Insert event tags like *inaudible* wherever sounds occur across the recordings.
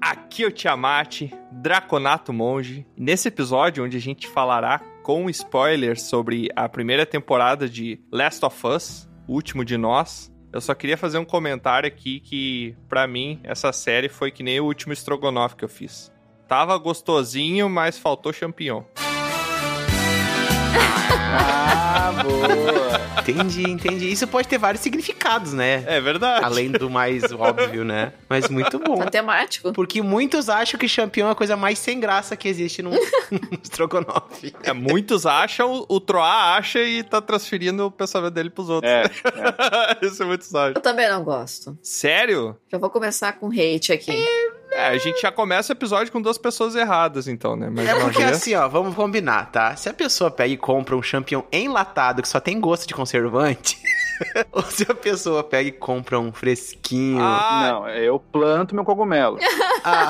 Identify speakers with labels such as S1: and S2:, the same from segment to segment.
S1: Aqui é o Tiamat, Draconato Monge. Nesse episódio, onde a gente falará com spoilers sobre a primeira temporada de Last of Us, O Último de Nós, eu só queria fazer um comentário aqui que, pra mim, essa série foi que nem o último estrogonofe que eu fiz. Tava gostosinho, mas faltou champignon.
S2: Ah, boa. Entendi, entendi. Isso pode ter vários significados, né?
S1: É verdade.
S2: Além do mais óbvio, né? Mas muito bom.
S3: Matemático.
S2: Porque muitos acham que champião é a coisa mais sem graça que existe num, *laughs* num estrogonofe.
S1: É, muitos acham, o Troá acha e tá transferindo o pensamento dele pros outros. *laughs*
S4: É,
S1: Isso é muito sábio.
S3: Eu também não gosto.
S1: Sério?
S3: Já vou começar com hate aqui.
S1: É, a gente já começa o episódio com duas pessoas erradas, então, né? Mas
S2: É
S1: uma
S2: porque
S1: vez-
S2: assim, ó, vamos combinar, tá? Se a pessoa pega e compra um champion enlatado que só tem gosto de conservante, *laughs* ou se a pessoa pega e compra um fresquinho.
S1: Ah,
S4: Não, eu planto meu cogumelo. *laughs*
S2: Ah,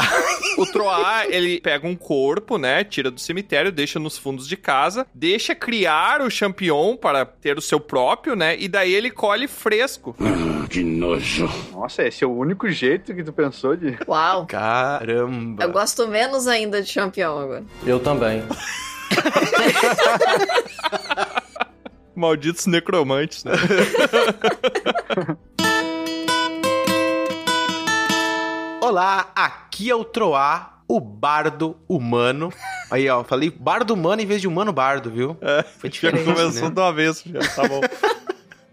S1: O Troá, ele pega um corpo, né? Tira do cemitério, deixa nos fundos de casa, deixa criar o champion para ter o seu próprio, né? E daí ele colhe fresco.
S5: Que nojo.
S4: Nossa, esse é o único jeito que tu pensou de.
S3: Uau.
S2: caramba.
S3: Eu gosto menos ainda de champião agora.
S6: Eu também.
S1: Malditos necromantes, né?
S2: Olá, aqui é o Troá, o bardo humano. Aí, ó, falei bardo humano em vez de humano bardo, viu?
S1: É, *laughs*
S2: Foi
S1: Já
S2: diferente,
S1: começou
S2: né?
S1: do avesso, já tá bom.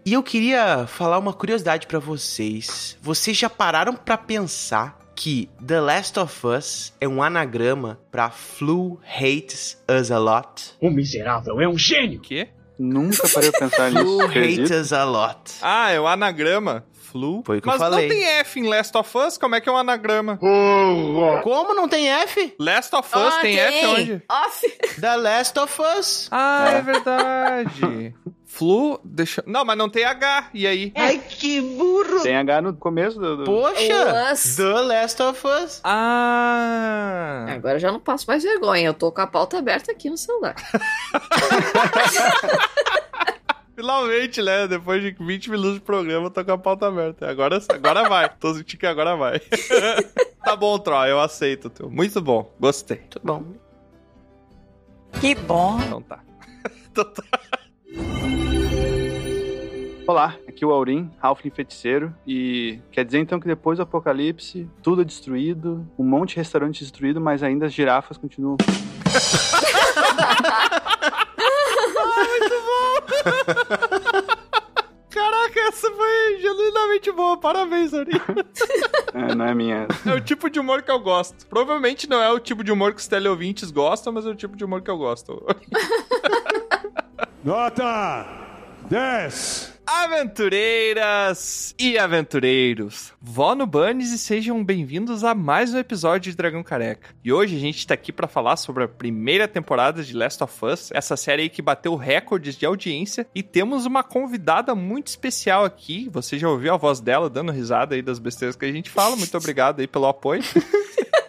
S2: E eu queria falar uma curiosidade pra vocês. Vocês já pararam pra pensar que The Last of Us é um anagrama pra Flu Hates Us a Lot?
S1: Hum,
S7: O miserável é um gênio!
S1: *laughs* O quê?
S4: Nunca parei de pensar nisso.
S2: Flu Hates
S4: acredita?
S2: Us a Lot.
S1: Ah, é o anagrama. Flu.
S2: Foi o que eu
S1: Mas
S2: falei.
S1: não tem F em Last of Us? Como é que é um anagrama?
S2: Como não tem F?
S1: Last of Us
S3: Ah,
S1: tem, F onde?
S3: Off.
S2: The Last of Us.
S1: Ah, é
S2: *laughs*
S1: verdade. Flu, deixa. Não, mas não tem H. E aí?
S4: Tem H no começo do. do-
S2: Poxa!
S3: Us.
S2: The Last of Us.
S1: Ah!
S3: Agora eu já não passo mais vergonha. Eu tô com a pauta aberta aqui no celular.
S1: Finalmente, né? Depois de 20 minutos de programa, eu tô com a pauta aberta. Agora, agora vai.
S2: *laughs*
S1: Tô sentindo que agora vai. *laughs* tá bom, Troy, eu aceito. Teu. Muito bom. Gostei.
S2: Muito bom.
S8: Que bom.
S1: Então tá. *laughs* Então tá.
S4: Olá, aqui é o Aurim, Halfling Feiticeiro. E quer dizer então que depois do apocalipse, tudo é destruído, um monte de restaurante destruído, mas ainda as girafas continuam.
S1: Caraca, essa foi genuinamente boa. Parabéns, Ari.
S4: É, não é minha.
S1: É o tipo de humor que eu gosto. Provavelmente não é o tipo de humor que os teleouvintes gostam, mas é o tipo de humor que eu gosto. *laughs*
S7: Nota 10!
S1: Aventureiras e aventureiros, vó no Bunnies e sejam bem-vindos a mais um episódio de Dragão Careca. E hoje a gente tá aqui pra falar sobre a primeira temporada de Last of Us, essa série aí que bateu recordes de audiência e temos uma convidada muito especial aqui. Você já ouviu a voz dela dando risada aí das besteiras que a gente fala. Muito obrigado aí pelo apoio.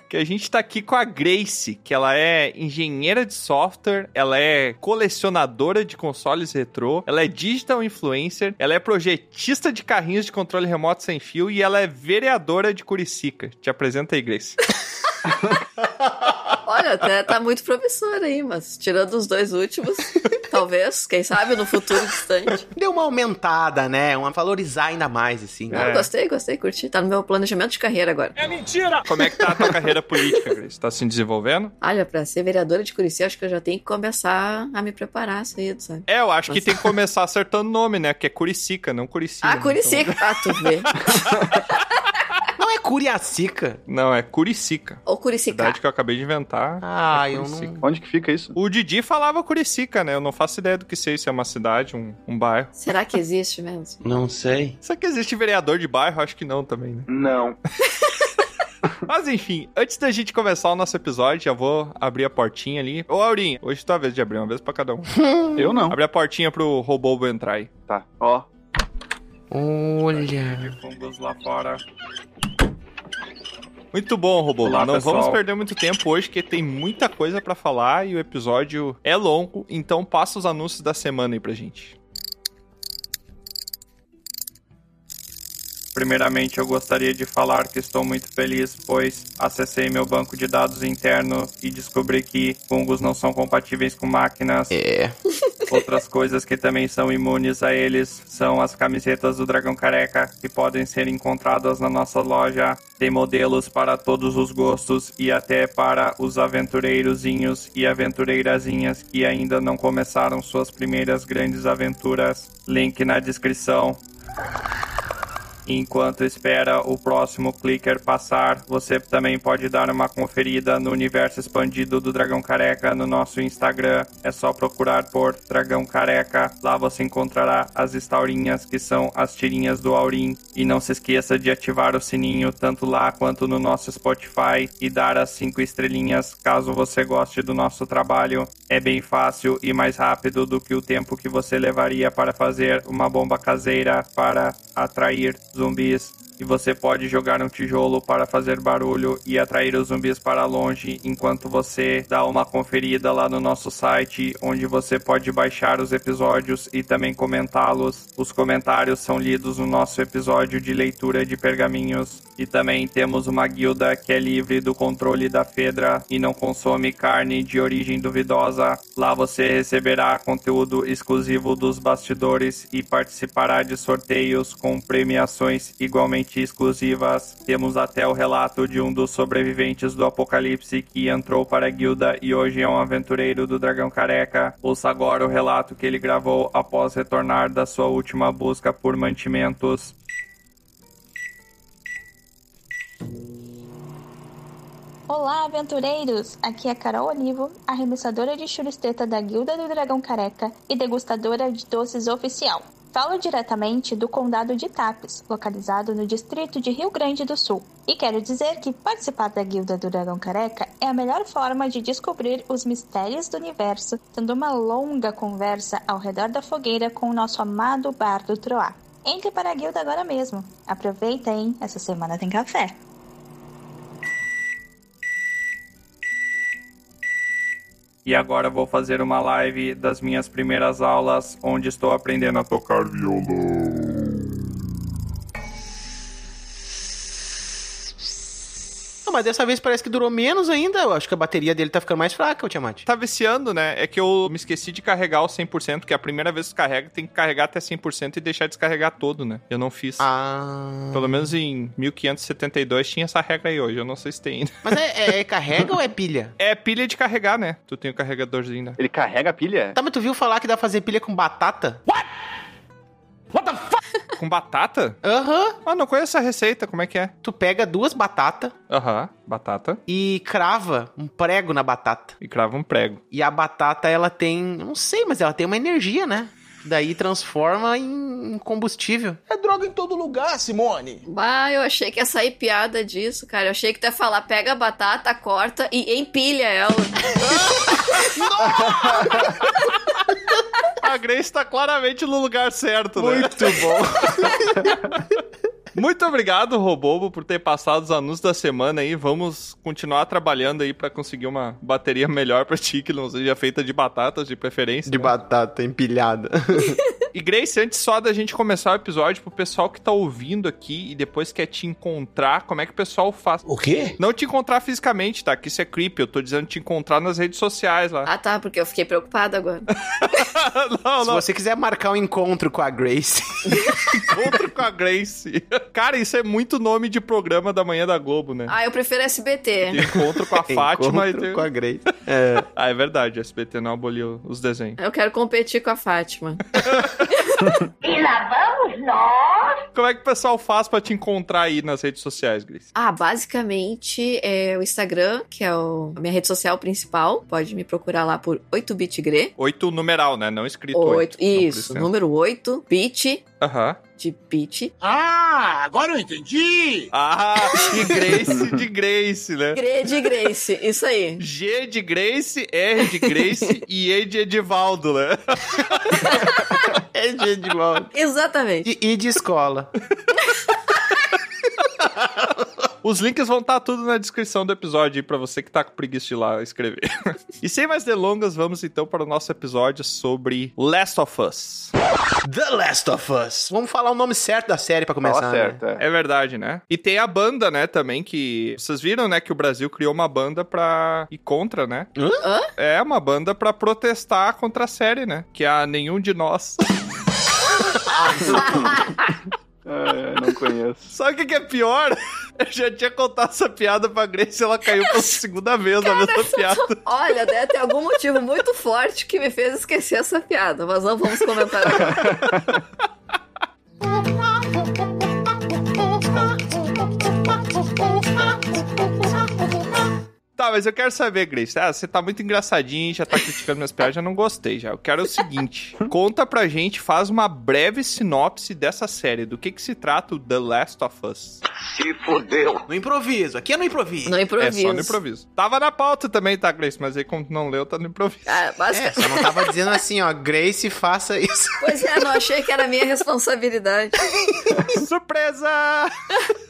S1: que a gente tá aqui com a Grace, que ela é engenheira de software, ela é colecionadora de consoles retrô, ela é digital influencer, ela é projetista de carrinhos de controle remoto sem fio e ela é vereadora de Curicica. Te apresenta aí, Grace.
S3: Olha, até tá muito promissor aí, mas tirando os
S1: *laughs*
S3: dois últimos, talvez, quem sabe no futuro distante.
S2: Deu uma aumentada, né? Uma valorizar ainda mais, assim.
S1: É.
S3: Não, Ah, gostei, gostei, curti. Tá no meu planejamento de carreira agora.
S1: Como é que tá a tua carreira política, Grace? Tá se desenvolvendo?
S3: Olha, pra ser vereadora de Curicica, acho que eu já tenho que começar a me preparar cedo, sabe?
S1: É, eu acho que tem que começar acertando o nome, né? Que é Curicica, não Curicica.
S3: Ah, Curicica. Ah, tu vê.
S2: Não é Curiacica.
S1: Não, é Curicica.
S3: Ou Curicica.
S1: Cidade que eu acabei de inventar.
S2: Ah,
S1: é
S2: eu
S1: Curicica.
S2: não.
S4: Onde que fica isso?
S1: O Didi falava Curicica, né? Eu não faço ideia do que sei, se é uma cidade, um, um bairro.
S3: Será que existe mesmo?
S2: Não sei.
S1: Será que existe vereador de bairro? Acho que não também, né?
S4: Não.
S1: Mas enfim, antes da gente começar o nosso episódio, já vou abrir a portinha ali. Ô, Aurinho, hoje é tua vez de abrir, uma vez pra cada um.
S4: Eu não.
S1: Abre a portinha pro Robobo entrar aí.
S4: Tá. Ó.
S2: Olha.
S1: Muito bom, Robobo.
S4: Olá,
S1: não
S4: pessoal.
S1: vamos perder muito tempo hoje, que tem muita coisa pra falar e o episódio é longo, então passa os anúncios da semana aí pra gente. Primeiramente, eu gostaria de falar que estou muito feliz, pois acessei meu banco de dados interno e descobri que fungos não são compatíveis com máquinas.
S2: É.
S1: Outras coisas que também são imunes a eles são as camisetas do Dragão Careca, que podem ser encontradas na nossa loja. Tem modelos para todos os gostos e até para os aventureirozinhos e aventureirazinhas que ainda não começaram suas primeiras grandes aventuras. Link na descrição. Enquanto espera o próximo clicker passar, você também pode dar uma conferida no universo expandido do Dragão Careca no nosso Instagram. É só procurar por Dragão Careca. Lá você encontrará as estaurinhas, que são as tirinhas do Aurim. E não se esqueça de ativar o sininho tanto lá quanto no nosso Spotify e dar as cinco estrelinhas caso você goste do nosso trabalho. É bem fácil e mais rápido do que o tempo que você levaria para fazer uma bomba caseira para atrair zumbis. E você pode jogar um tijolo para fazer barulho e atrair os zumbis para longe enquanto você dá uma conferida lá no nosso site, onde você pode baixar os episódios e também comentá-los. Os comentários são lidos no nosso episódio de leitura de pergaminhos. E também temos uma guilda que é livre do controle da Fedra e não consome carne de origem duvidosa. Lá você receberá conteúdo exclusivo dos bastidores e participará de sorteios com premiações igualmente exclusivas. Temos até o relato de um dos sobreviventes do apocalipse que entrou para a guilda e hoje é um aventureiro do Dragão Careca. Ouça agora o relato que ele gravou após retornar da sua última busca por mantimentos.
S9: Olá, aventureiros! Aqui é Carol Olivo, arremessadora de churisteta da Guilda do Dragão Careca e degustadora de doces oficial. Falo diretamente do Condado de Tapes, localizado no distrito de Rio Grande do Sul. E quero dizer que participar da Guilda do Dragão Careca é a melhor forma de descobrir os mistérios do universo, tendo uma longa conversa ao redor da fogueira com o nosso amado bardo Troá. Entre para a guilda agora mesmo. Aproveita, hein? Essa semana tem café.
S1: E agora vou fazer uma live das minhas primeiras aulas, onde estou aprendendo a tocar violão.
S2: Não, mas dessa vez parece que durou menos ainda. Eu acho que a bateria dele tá ficando mais fraca, o Tiamat.
S10: Tá viciando, né? É que eu me esqueci de carregar o 100%, que é a primeira vez que carrega, tem que carregar até 100% e deixar descarregar todo, né? Eu não fiz.
S2: Ah.
S10: Pelo menos em 1572 tinha essa regra aí hoje, eu não sei se tem ainda.
S2: Mas é, é- é carrega ou é pilha?
S10: É pilha de carregar, né? Tu tem o carregadorzinho, né?
S4: Ele carrega a pilha?
S2: Tá, mas tu viu falar que dá pra fazer pilha com batata?
S10: Com batata?
S2: Aham.
S10: Ah, não conheço essa receita, como é que é?
S2: Tu pega duas batatas
S10: Aham, batata.
S2: e crava um prego na batata.
S10: E crava um prego.
S2: E a batata, ela tem. eu Não sei, mas ela tem uma energia, né? Daí transforma em combustível.
S8: É droga em todo lugar, Simone.
S3: Bah, eu achei que ia sair piada disso, cara. Eu achei que tu ia falar, pega a batata, corta e empilha ela.
S10: A Grace tá claramente no lugar certo, né?
S4: bom.
S10: *laughs* Muito obrigado, Robobo, por ter passado os anúncios da semana aí. Vamos continuar trabalhando aí pra conseguir uma bateria melhor pra ti, que não seja feita de batatas, de preferência. né?
S2: batata empilhada.
S10: E Grace, antes só da gente começar o episódio, pro pessoal que tá ouvindo aqui e depois quer te encontrar, como é que o pessoal faz?
S8: O quê?
S10: Não te encontrar fisicamente, tá? Que isso é creepy. Eu tô dizendo te encontrar nas redes sociais lá.
S3: Ah, tá, porque eu fiquei preocupada agora.
S10: *laughs* não,
S2: Se você quiser marcar um encontro com a Grace.
S10: Encontro com a
S2: *laughs*
S10: Grace. Cara, isso é muito nome de programa da manhã da Globo, né?
S3: Ah, eu prefiro SBT.
S10: Encontro
S2: *laughs*
S10: com a *laughs* Fátima e
S2: é. encontro
S10: tem-
S2: com a Grace.
S10: Ah, é verdade, o SBT não aboliu os desenhos.
S3: Eu quero competir com a Fátima.
S10: Como é que o pessoal faz pra te encontrar aí nas redes sociais, Grace?
S3: Ah, basicamente é o Instagram, que é o- a minha rede social principal. Pode me procurar lá por 8bitgre.
S10: Oito numeral, né? Não escrito oito.
S3: Oito.
S10: não
S3: Isso,
S10: precisa.
S3: número 8, bit
S10: Aham.
S3: de bit.
S8: Ah, agora eu entendi.
S10: Ah, *laughs* de Grace, de Grace, né?
S3: Gre de Grace, isso aí.
S10: G de Grace, R de Grace e E de Edivaldo, né?
S2: É gente volta.
S3: Exatamente.
S2: E, e de escola.
S10: Os links vão estar tudo na descrição do episódio aí pra você que tá com preguiça de ir lá escrever. *laughs* e sem mais delongas, vamos então para o nosso episódio sobre Last of Us.
S2: The Last of Us. Vamos falar o nome certo da série pra começar.
S4: Fala
S2: né?
S4: certo, é.
S10: É verdade, né? E tem a banda, né, também, que. Vocês viram, né, que o Brasil criou uma banda pra. ir contra, né?
S2: Hã?
S3: Hã?
S10: É, uma banda pra protestar contra a série, né? Que é a Nenhum de Nós.
S4: É, não conheço.
S10: Sabe o que, que é pior? *laughs* Eu já tinha contado essa piada pra Grace e ela caiu
S3: *laughs*
S10: pela segunda vez na mesma piada.
S3: Olha, deve ter algum motivo muito forte que me fez esquecer essa piada, mas não vamos comentar agora.
S10: Tá, mas eu quero saber, Grace. Ah, você tá muito engraçadinho, já tá criticando minhas piadas, já não gostei já. Eu quero o
S3: *laughs*
S10: seguinte: conta pra gente, faz uma breve sinopse dessa série. Do que que se trata o The Last of Us?
S2: No improviso. Aqui é no improviso.
S3: No improviso.
S10: É só no improviso. Tava na pauta também, tá, Grace? Mas aí, como tu não leu, tá
S3: *laughs*
S10: no improviso.
S3: Ah, mas-
S2: É, só não tava dizendo assim, ó, Grace, faça
S3: *laughs*
S2: isso.
S3: Pois é, não achei que era minha responsabilidade.
S10: Surpresa!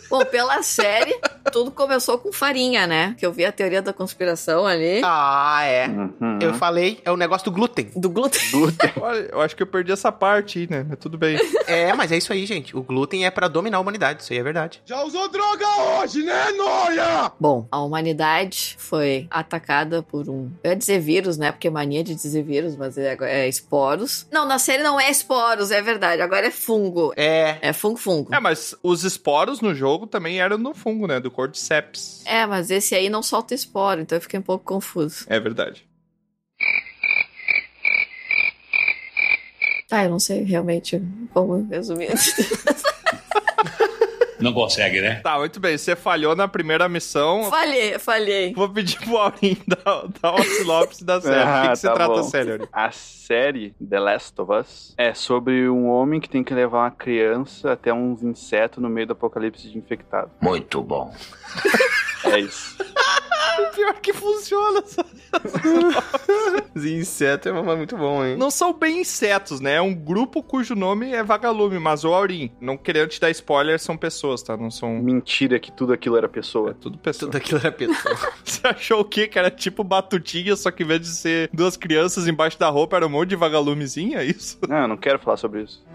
S3: Bom, pela série, tudo começou com farinha, né? Que eu vi a teoria da conspiração ali.
S2: Ah, é.
S4: Uhum.
S2: Eu falei, é o negócio do glúten.
S3: Do glúten.
S4: Glúten.
S10: Olha, eu acho que eu perdi essa parte aí, né? Mas
S3: *laughs*
S10: tudo bem.
S2: É, mas é isso aí, gente. O glúten é pra dominar a humanidade, isso aí é verdade.
S8: Já usou droga hoje, né, Noia?
S3: Bom, a humanidade foi atacada por um. Eu ia dizer vírus, né? Porque é mania de dizer vírus, mas é, é esporos. Não, na série não é esporos, é verdade. Agora é fungo.
S2: É.
S3: É fungo-fungo.
S10: É, mas os esporos no jogo também eram do fungo, né? Do cordyceps.
S3: É, mas esse aí não solta esporo, então eu fiquei um pouco confuso.
S10: É verdade.
S3: Tá, eu não sei realmente como resumir.
S7: Não consegue, né?
S10: Tá, muito bem. Você falhou na primeira missão.
S3: *laughs* falhei, falhei.
S10: Vou pedir pro Aurim *laughs* dar, dar uma sinopse da série. O que,
S4: Ah,
S10: que se
S4: tá
S10: trata a
S4: bom.
S10: série, Aurim?
S4: A série The Last of Us é sobre um homem que tem que levar uma criança até uns insetos no meio do apocalipse de infectado.
S7: Muito bom.
S4: É *laughs* isso.
S10: *laughs* Pior que
S2: *laughs*
S10: funciona. sabe?
S2: Os insetos é uma- muito bom, hein?
S10: Não são bem insetos, né? É um grupo cujo nome é Vagalume, mas o Aurim, não querendo te dar spoiler, são pessoas, tá? Não são.
S4: Mentira que tudo aquilo era
S10: É
S4: pessoa.
S10: tudo pessoa.
S2: Tudo aquilo era pessoa.
S10: *laughs* Você achou o quê? Que era tipo batutinha, só que em vez de ser duas crianças embaixo da roupa, era um monte de vagalumezinha? É isso? *laughs*
S4: Não, eu não quero falar sobre isso.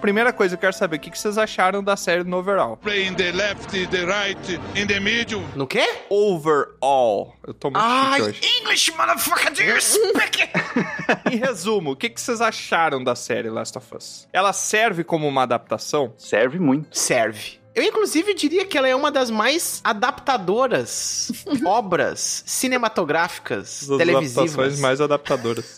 S10: Primeira coisa, eu quero saber o que que vocês acharam da série no overall.
S7: Play in the left, the right, in the middle.
S2: No quê?
S10: Overall. Eu tô muito
S2: Ai,
S10: chique hoje.
S2: English, motherfucker,
S10: *laughs*
S2: do you speak it?
S10: Em resumo, o que, que vocês acharam da série Last of Us? Ela serve como uma adaptação?
S4: Serve muito.
S2: Serve. Eu, inclusive, diria que ela é uma das mais adaptadoras obras cinematográficas, televisivas,
S10: adaptações
S2: *laughs*
S10: mais adaptadoras.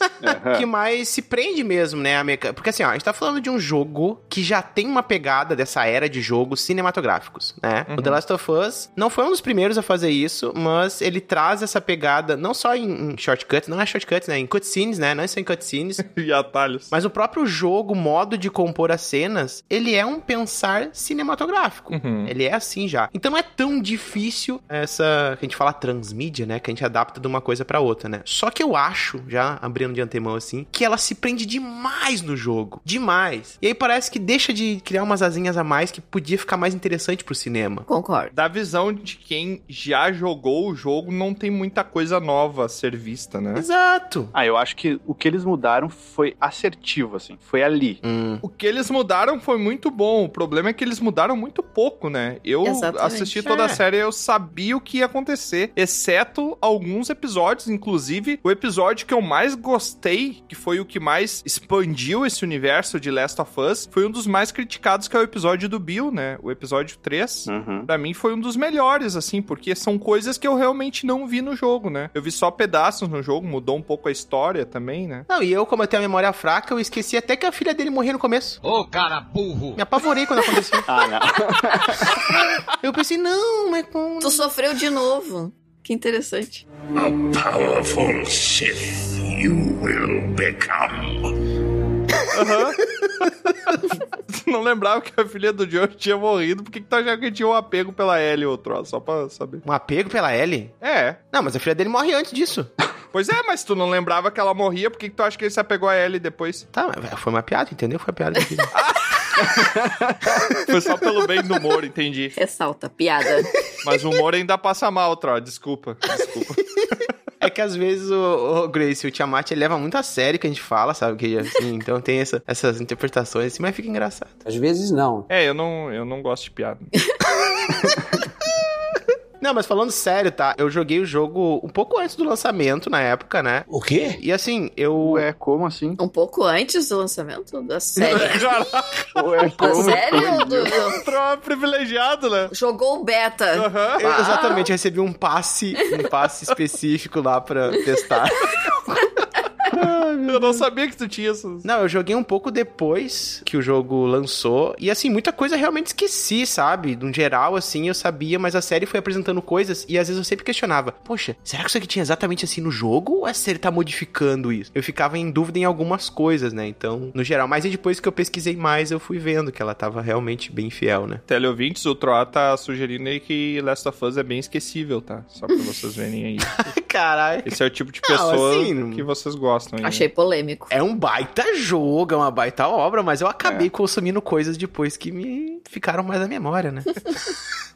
S2: que mais se prende mesmo, né? A meca... Porque assim, ó, a gente tá falando de um jogo que já tem uma pegada dessa era de jogos cinematográficos, né?
S10: Uhum.
S2: O The Last of Us não foi um dos primeiros a fazer isso, mas ele traz essa pegada não só em, em shortcuts, não é shortcuts, né? Em cutscenes, né? Não é só em
S10: *laughs*
S2: cutscenes,
S10: e atalhos.
S2: mas o próprio jogo, o modo de compor as cenas, ele é um pensar cinematográfico.
S10: Uhum.
S2: Ele é assim já. Então não é tão difícil essa. Que a gente fala transmídia, né? Que a gente adapta de uma coisa pra outra, né? Só que eu acho, já abrindo de antemão assim, que ela se prende demais no jogo. Demais. E aí parece que deixa de criar umas asinhas a mais que podia ficar mais interessante pro cinema.
S3: Concordo.
S10: Da visão de quem já jogou o jogo, não tem muita coisa nova a ser vista, né?
S2: Exato.
S4: Ah, eu acho que o que eles mudaram foi assertivo, assim. Foi ali.
S2: Hum.
S10: O que eles mudaram foi muito bom. O problema é que eles mudaram muito pouco, né? Eu
S3: Exatamente.
S10: assisti toda
S2: É.
S10: a série e eu sabia o que ia acontecer, exceto alguns episódios, inclusive o episódio que eu mais gostei, que foi o que mais expandiu esse universo de Last of Us, foi um dos mais criticados, que é o episódio do Bill, né? O episódio 3.
S4: Uhum.
S10: Pra mim foi um dos melhores, assim, porque são coisas que eu realmente não vi no jogo, né? Eu vi só pedaços no jogo, mudou um pouco a história também, né?
S2: Não, e eu, como eu tenho a memória fraca, eu esqueci até que a filha dele morria no começo.
S8: Ô, cara burro.
S2: Me apavorei quando aconteceu.
S4: *laughs* Ah, não.
S2: Eu pensei, não, mas com.
S3: Tu sofreu de novo. Que interessante.
S7: Powerful Sith you will become.
S10: *laughs* não lembrava que a filha do Joe tinha morrido, porque que tu achava que tinha um apego pela Ellie ou outro, ó, só pra saber.
S2: Um apego pela Ellie?
S10: É,
S2: Não, mas a filha dele morre antes disso.
S10: Pois é, mas tu não lembrava que ela morria, por que que tu acha que ele se apegou a Ellie depois?
S2: Tá, mas foi uma piada, entendeu? Foi uma piada. Aqui.
S10: Foi só pelo bem do humor, entendi.
S3: Ressalta, piada.
S10: Mas o humor ainda passa mal, Tro, desculpa. Desculpa.
S2: é que às vezes o, o Grace e o Tiamat ele leva muito a sério o que a gente fala, sabe? Que, assim, então tem essa- essas interpretações, assim, mas fica engraçado.
S11: Às vezes não.
S10: É, eu não, eu não gosto de *laughs* piada.
S2: Não, mas falando sério, tá? Eu joguei o jogo um pouco antes do lançamento, na época, né?
S11: O quê?
S2: E assim, eu.
S4: Ué, como assim?
S3: Um pouco antes do lançamento da
S10: *laughs*
S3: série.
S4: Ué,
S3: Da
S4: como?
S3: série ou do... do-
S10: Tro é privilegiado, né?
S3: Jogou o beta.
S10: Aham.
S2: Eu, exatamente, eu recebi um passe, um passe específico lá pra testar.
S10: Eu não sabia que tu tinha essas.
S2: Não, eu joguei um pouco depois que o jogo lançou. E assim, muita coisa eu realmente esqueci, sabe? No geral, assim, eu sabia, mas a série foi apresentando coisas e às vezes eu sempre questionava: Poxa, será que isso aqui tinha exatamente assim no jogo? Ou a série tá modificando isso? Eu ficava em dúvida em algumas coisas, né? Então, no geral. Mas aí depois que eu pesquisei mais, eu fui vendo que ela tava realmente bem fiel,
S10: *laughs*
S2: né?
S10: Teleouvintes, o Troá tá sugerindo aí que Last of Us é bem esquecível, tá? Só pra vocês verem aí.
S2: Caralho.
S10: Esse é o tipo de
S2: Não,
S10: pessoa
S2: assim,
S10: que vocês gostam. Aí,
S3: Achei polêmico.
S2: É um baita jogo, é uma baita obra, mas eu acabei consumindo coisas depois que me ficaram mais na memória, né?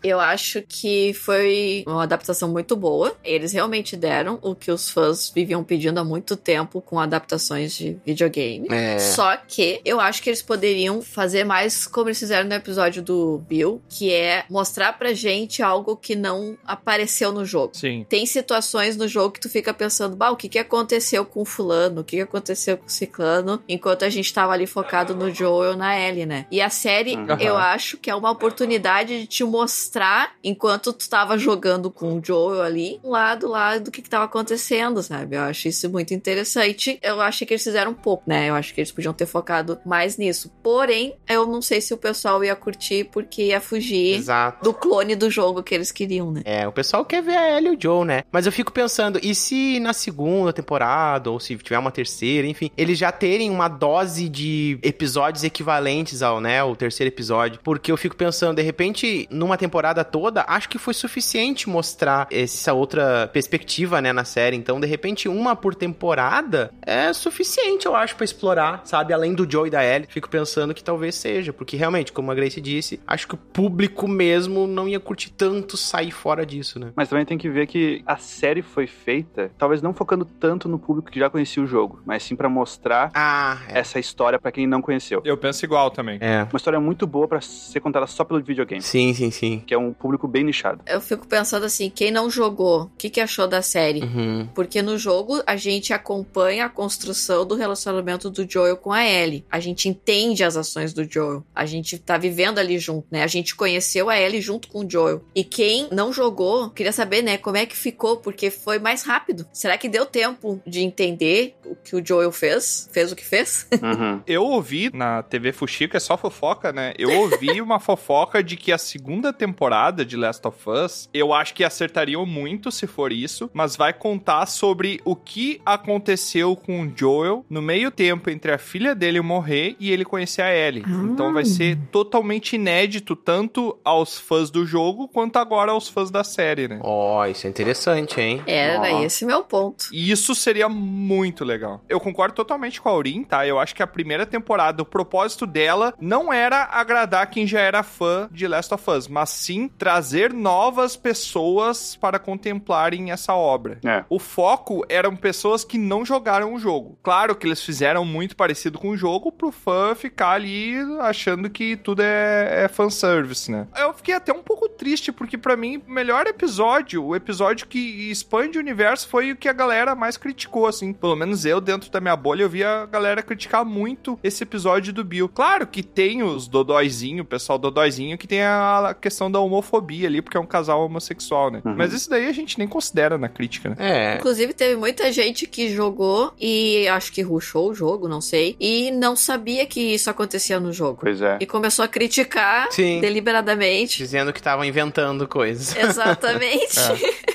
S3: Eu acho que foi uma adaptação muito boa. Eles realmente deram o que os fãs viviam pedindo há muito tempo com adaptações de videogame.
S2: É.
S3: Só que eu acho que eles poderiam fazer mais como eles fizeram no episódio do Bill, que é mostrar pra gente algo que não apareceu no jogo.
S10: Sim.
S3: Tem situações no jogo que tu fica pensando, bah, o que, que aconteceu com fulano? O que, que aconteceu com ciclano? Enquanto a gente tava ali focado no Joel na Ellie, né? E a série,
S10: Aham.
S3: eu acho que é uma oportunidade de te mostrar, enquanto tu tava jogando com o Joel ali, um lado lá do que, que tava acontecendo, sabe? Eu acho isso muito interessante. Eu achei que eles fizeram pouco, né? Eu acho que eles podiam ter focado mais nisso. Porém, eu não sei se o pessoal ia curtir, porque ia fugir
S2: Exato.
S3: do clone do jogo que eles queriam, né?
S2: É, o pessoal quer ver a Ellie e o Joe, né? Mas eu fico pensando, e se na segunda temporada, ou se tiver uma terceira, enfim, eles já terem uma dose de episódios equivalentes ao, né, o terceiro episódio? Porque eu fico pensando, de repente, numa temporada toda, acho que foi suficiente mostrar essa outra perspectiva, né, na série. Então, de repente, uma por temporada é suficiente, eu acho, pra explorar, sabe? Além do Joe e da Ellie. Fico pensando que talvez seja, porque realmente, como a Grace disse, acho que o público mesmo não ia curtir tanto sair fora disso, né?
S4: Mas também tem que ver que a série foi feita, talvez não focando tanto no público que já conhecia o jogo, mas sim pra mostrar
S2: Ah, é.
S4: essa história pra quem não conheceu.
S10: Eu penso igual também.
S2: É.
S4: Uma história muito boa pra ser contada só pelo videogame,
S2: Sim, sim, sim.
S4: que é um público bem
S2: *laughs*
S4: nichado.
S3: Eu fico pensando assim, quem não jogou, o que, que achou da série?
S2: Uhum.
S3: Porque no jogo a gente acompanha a construção do relacionamento do Joel com a Ellie. A gente entende as ações do Joel. A gente tá vivendo ali junto, né? A gente conheceu a Ellie junto com o Joel. E quem não jogou, queria saber, né, como é que ficou, porque foi mais rápido. Será que deu tempo de entender o que o Joel fez? Fez o que fez? *laughs*
S4: Uhum.
S10: Eu ouvi na TV Fuxico, é só fofoca, né? Eu
S2: *laughs*
S10: ouvi uma fofoca de que a segunda temporada de Last of Us, eu acho que acertariam muito se for isso, mas vai contar sobre o que aconteceu com o Joel no meio tempo entre a filha dele morrer e ele conhecer a Ellie.
S2: Ah.
S10: Então vai ser totalmente inédito tanto aos fãs do jogo quanto agora aos fãs da série, né?
S2: Ó, isso é interessante, hein?
S3: Era
S4: Ó.
S3: esse meu ponto.
S10: E isso seria muito legal. Eu concordo totalmente com a Aurin, tá? Eu acho que a primeira temporada, o propósito dela não era agradar quem já era fã de Last of Us, mas sim trazer novas pessoas para contemplarem essa obra.
S4: É.
S10: O foco eram pessoas que não jogaram o jogo. Claro que eles fizeram muito parecido com o jogo pro fã ficar ali achando que tudo é, é fanservice, né? Eu fiquei até um pouco triste, porque pra mim, o melhor episódio, o episódio que expande o universo, foi o que a galera mais criticou, assim. Pelo menos eu, dentro da minha bolha, eu vi a galera criticar muito esse episódio do Bill. Claro que tem os dodóizinho, o pessoal dodóizinho, que tem a questão da homofobia ali, porque é um casal homossexual, né?
S4: Uhum.
S10: Mas isso daí a gente nem considera na crítica, né?
S2: É.
S3: Inclusive, teve muita gente que jogou e acho que ruxou o jogo, não sei, e não sabia que isso acontecia no jogo.
S4: Pois é.
S3: E começou a criticar
S2: Sim.
S3: deliberadamente. É. *laughs*
S2: Dizendo que estavam inventando coisas.
S3: Exatamente.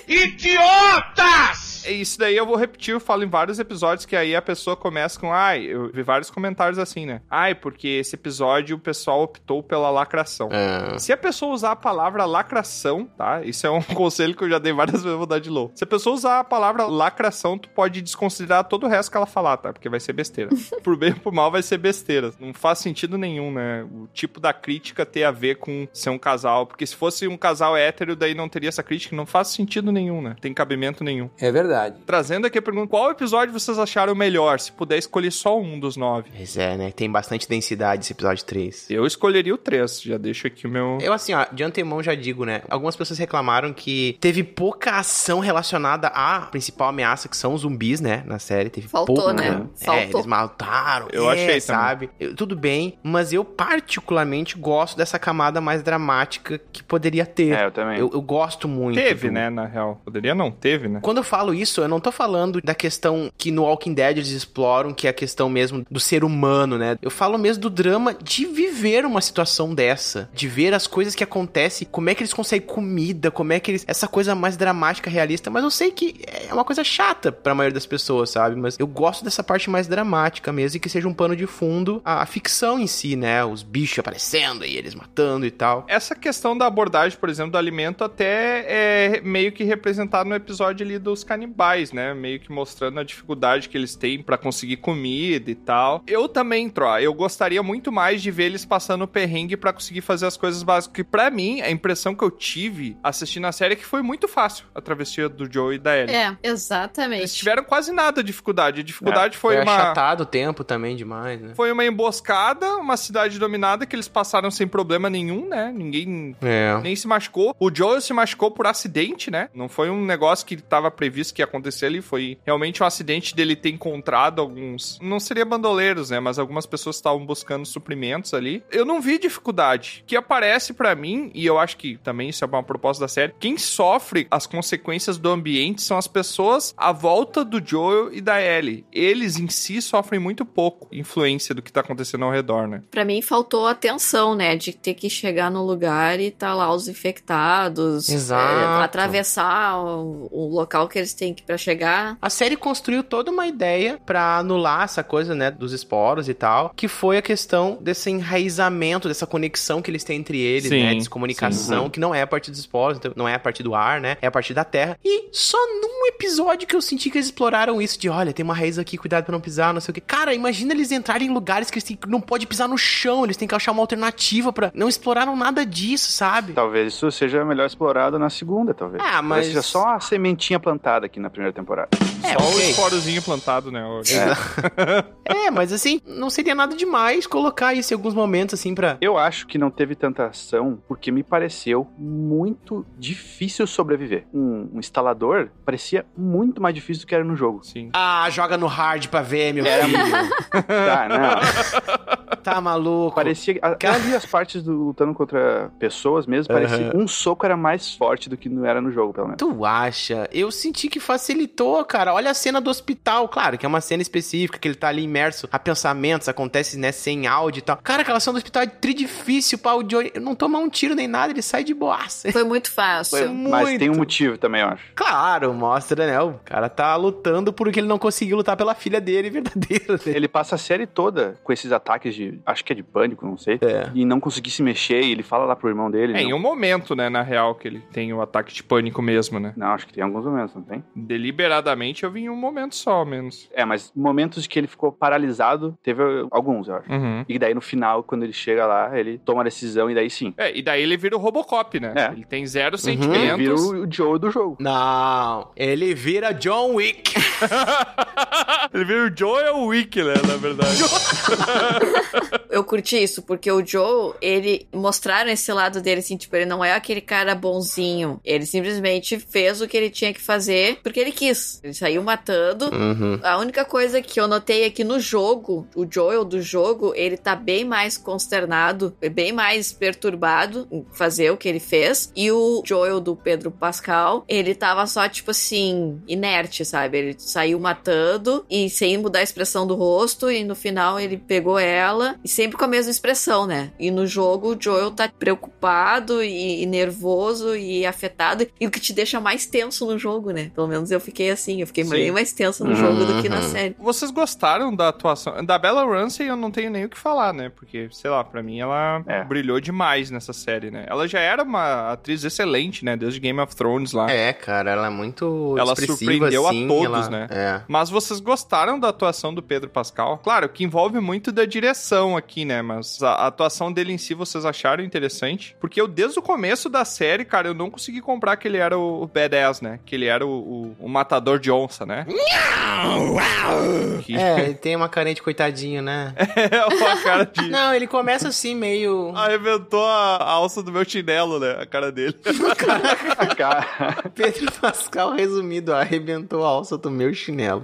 S8: Idiotas!
S10: É Isso daí eu vou repetir, eu falo em vários episódios que aí a pessoa começa com, ai, eu vi vários comentários assim, né? Ai, porque esse episódio o pessoal optou pela lacração.
S2: Ah,
S10: Tá. Se a pessoa usar a palavra lacração, tá? Isso é um *laughs* conselho que eu já dei várias vezes, eu vou dar de novo. Se a pessoa usar a palavra lacração, tu pode desconsiderar todo o resto que ela falar, tá? Porque vai
S11: *laughs*
S10: ser besteira. por bem ou por mal, vai ser besteira. Não faz sentido nenhum, né? O tipo da crítica ter a ver com ser um casal. Porque se fosse um casal hétero, daí não teria essa crítica. Não faz sentido nenhum, né? Tem cabimento nenhum.
S11: É verdade.
S10: Trazendo aqui a pergunta, qual episódio vocês acharam melhor? Se puder escolher só um dos nove.
S2: Pois é, né? Tem bastante densidade esse episódio 3.
S10: Eu escolheria o três. Já deixo aqui o meu...
S2: Eu, assim, ó, de antemão já digo, né? Algumas pessoas reclamaram que teve pouca ação relacionada à principal ameaça, que são os zumbis, né? Na série. Teve
S3: Faltou,
S2: pouca.
S3: né?
S2: É,
S3: Faltou.
S2: eles mataram.
S10: Eu
S2: é,
S10: achei também.
S2: sabe? Eu- tudo bem, mas eu particularmente gosto dessa camada mais dramática que poderia ter.
S4: É, eu também.
S2: Eu, eu gosto muito.
S10: Teve,
S2: do-
S10: né, na real. Poderia não, teve, né?
S2: Quando eu falo isso, eu não tô falando da questão que no Walking Dead eles exploram, que é a questão mesmo do ser humano, né? Eu falo mesmo do drama de viver uma situação dessa, de ver as coisas que acontecem, como é que eles conseguem comida, como é que eles. Essa coisa mais dramática, realista, mas eu sei que é uma coisa chata pra maioria das pessoas, sabe? Mas eu gosto dessa parte mais dramática mesmo e que seja um pano de fundo a, a ficção em si, né? Os bichos aparecendo e eles matando e tal.
S10: Essa questão da abordagem, por exemplo, do alimento até é meio que representada no episódio ali dos canibais, né? Meio que mostrando a dificuldade que eles têm pra conseguir comida e tal. Eu também, Tro, eu gostaria muito mais de ver eles passando o perrengue pra conseguir fazer as coisas básicas. Que pra mim, a impressão que eu tive assistindo a série é que foi muito fácil a travessia do Joe e da Ellie.
S3: É,
S10: Eles
S3: exatamente.
S10: tiveram quase nada de dificuldade. A dificuldade
S2: Foi,
S10: foi uma
S2: É achatado o tempo também demais, né?
S10: foi uma emboscada, uma cidade dominada que eles passaram sem problema nenhum, né? Ninguém
S2: É.
S10: nem se machucou. O Joel se machucou por acidente, né? Não foi um negócio que estava previsto que ia acontecer ali. Foi realmente um acidente dele ter encontrado alguns. Não seria bandoleiros, né? Mas algumas pessoas estavam buscando suprimentos ali. Eu não vi dificuldade. O que aparece pra mim, e eu acho que também isso é uma proposta da série, quem sofre as consequências do ambiente são as pessoas à volta do Joel e da Ellie. Eles em si sofrem muito pouco influência do que tá acontecendo ao redor, né?
S3: Pra mim faltou atenção, né? De ter que chegar no lugar e tá lá os infectados.
S2: Exato.
S3: é, atravessar o, o local que eles têm que pra chegar.
S2: A série construiu toda uma ideia pra anular essa coisa, né, dos esporos e tal, que foi a questão desse enraizamento, dessa conexão que eles têm entre eles,
S10: Sim,
S2: né, descomunicação, que não é a partir dos esporos, então não é a partir do ar, né, é a partir da terra. E só num episódio que eu senti que eles exploraram isso de, olha, tem uma raiz aqui, cuidado pra não pisar, não sei o quê. Cara, imagina eles entrarem em lugares que eles têm, que não pode pisar no chão, eles têm que achar uma alternativa pra... Não exploraram nada disso, sabe?
S4: Talvez isso seja melhor explorado na segunda, talvez.
S2: Ah,
S4: Talvez
S2: mas-
S4: seja só a sementinha plantada aqui na primeira temporada.
S2: É,
S10: Só o
S2: ok.
S10: esporozinho plantado, né? O-
S2: É, mas assim, não seria nada demais colocar isso em alguns momentos, assim, pra...
S4: Eu acho que não teve tanta ação porque me pareceu muito difícil sobreviver. Um, um instalador parecia muito mais difícil do que era
S2: *laughs*
S4: no jogo.
S10: Sim.
S2: Ah, joga no hard pra ver, meu
S4: Era
S2: filho.
S4: Tá, não.
S2: Tá maluco.
S4: Parecia. Até ali as partes do lutando contra pessoas mesmo, parecia. Um soco era mais forte do que não era no jogo, pelo menos.
S2: Tu acha? Eu senti que facilitou, cara. Olha a cena do hospital, claro, que é uma cena específica, que ele tá ali imerso a pensamentos, acontece, né, sem áudio e tal. Cara, aquela cena do hospital é tridifícil pra o Johnny não tomar um tiro nem nada, ele sai de boaça. *laughs*
S3: Foi muito fácil.
S2: Foi muito...
S4: Mas tem um motivo também, eu acho.
S2: Claro, mostra, né? O cara tá lutando porque ele não conseguiu lutar pela filha dele *laughs* verdadeira. né?
S4: Ele passa a série toda com esses ataques de. Acho que é de pânico, não sei.
S2: É.
S4: E não conseguir se mexer, e ele fala lá pro irmão dele.
S10: É, em
S4: não.
S10: um momento, né, na real, que ele tem o ataque de pânico mesmo, né?
S4: não, acho que tem alguns momentos, não tem?
S10: Deliberadamente eu vim em um momento só, ao menos.
S4: É, mas momentos que ele ficou paralisado, teve uh, alguns, eu acho.
S10: Uhum.
S4: E daí no final, quando ele chega lá, ele toma a decisão e daí sim.
S10: É, e daí ele vira o Robocop, né?
S4: É.
S10: Ele tem zero
S4: Ele vira
S10: sentimentos.
S4: o o Joe do jogo.
S2: Não, ele vira John Wick.
S10: *laughs* ele vira o Joel Wick, né, na verdade.
S3: Eu curti isso, porque o Joe, ele mostraram esse lado dele, assim, tipo, ele não é aquele cara bonzinho. Ele simplesmente fez o que ele tinha que fazer porque ele quis. Ele saiu matando.
S2: Uhum.
S3: A única coisa que eu notei é que no jogo, o Joel do jogo, ele tá bem mais consternado, bem mais perturbado em fazer o que ele fez. E o Joel do Pedro Pascal, ele tava só, tipo assim, inerte, sabe? Ele saiu matando e sem mudar a expressão do rosto. E no final ele pegou ela E sempre com a mesma expressão, né? E no jogo o Joel tá preocupado e, e nervoso e afetado. E o que te deixa mais tenso no jogo, né? Pelo menos eu fiquei assim. Eu fiquei
S10: Sim.
S3: bem mais tenso no jogo do que na
S2: Uhum.
S3: série.
S10: Vocês gostaram da atuação? Da Bella Ramsey eu não tenho nem o que falar, né? Porque, sei lá, pra mim ela
S4: É.
S10: brilhou demais nessa série, né? Ela já era uma atriz excelente, né? Desde Game of Thrones lá.
S2: É, cara, ela é muito
S10: Ela
S2: expressiva,
S10: surpreendeu a
S2: assim,
S10: todos,
S2: ela-
S10: né?
S2: É.
S10: Mas vocês gostaram da atuação do Pedro Pascal? Claro, que envolve muito da direção aqui, né? Mas a a atuação dele em si vocês acharam interessante? Porque eu, desde o começo da série, cara, eu não consegui comprar que ele era o, o badass, né? Que ele era o, o- o matador de onça, né? *laughs* Que
S2: É, ele tem uma carinha de coitadinho, né?
S10: é uma cara de... "Ah,
S2: Não, ele começa assim, meio...
S10: Arrebentou a a alça do meu chinelo, né? A cara dele.
S4: Cara,
S2: Pedro Pascal resumido, arrebentou a alça do meu chinelo.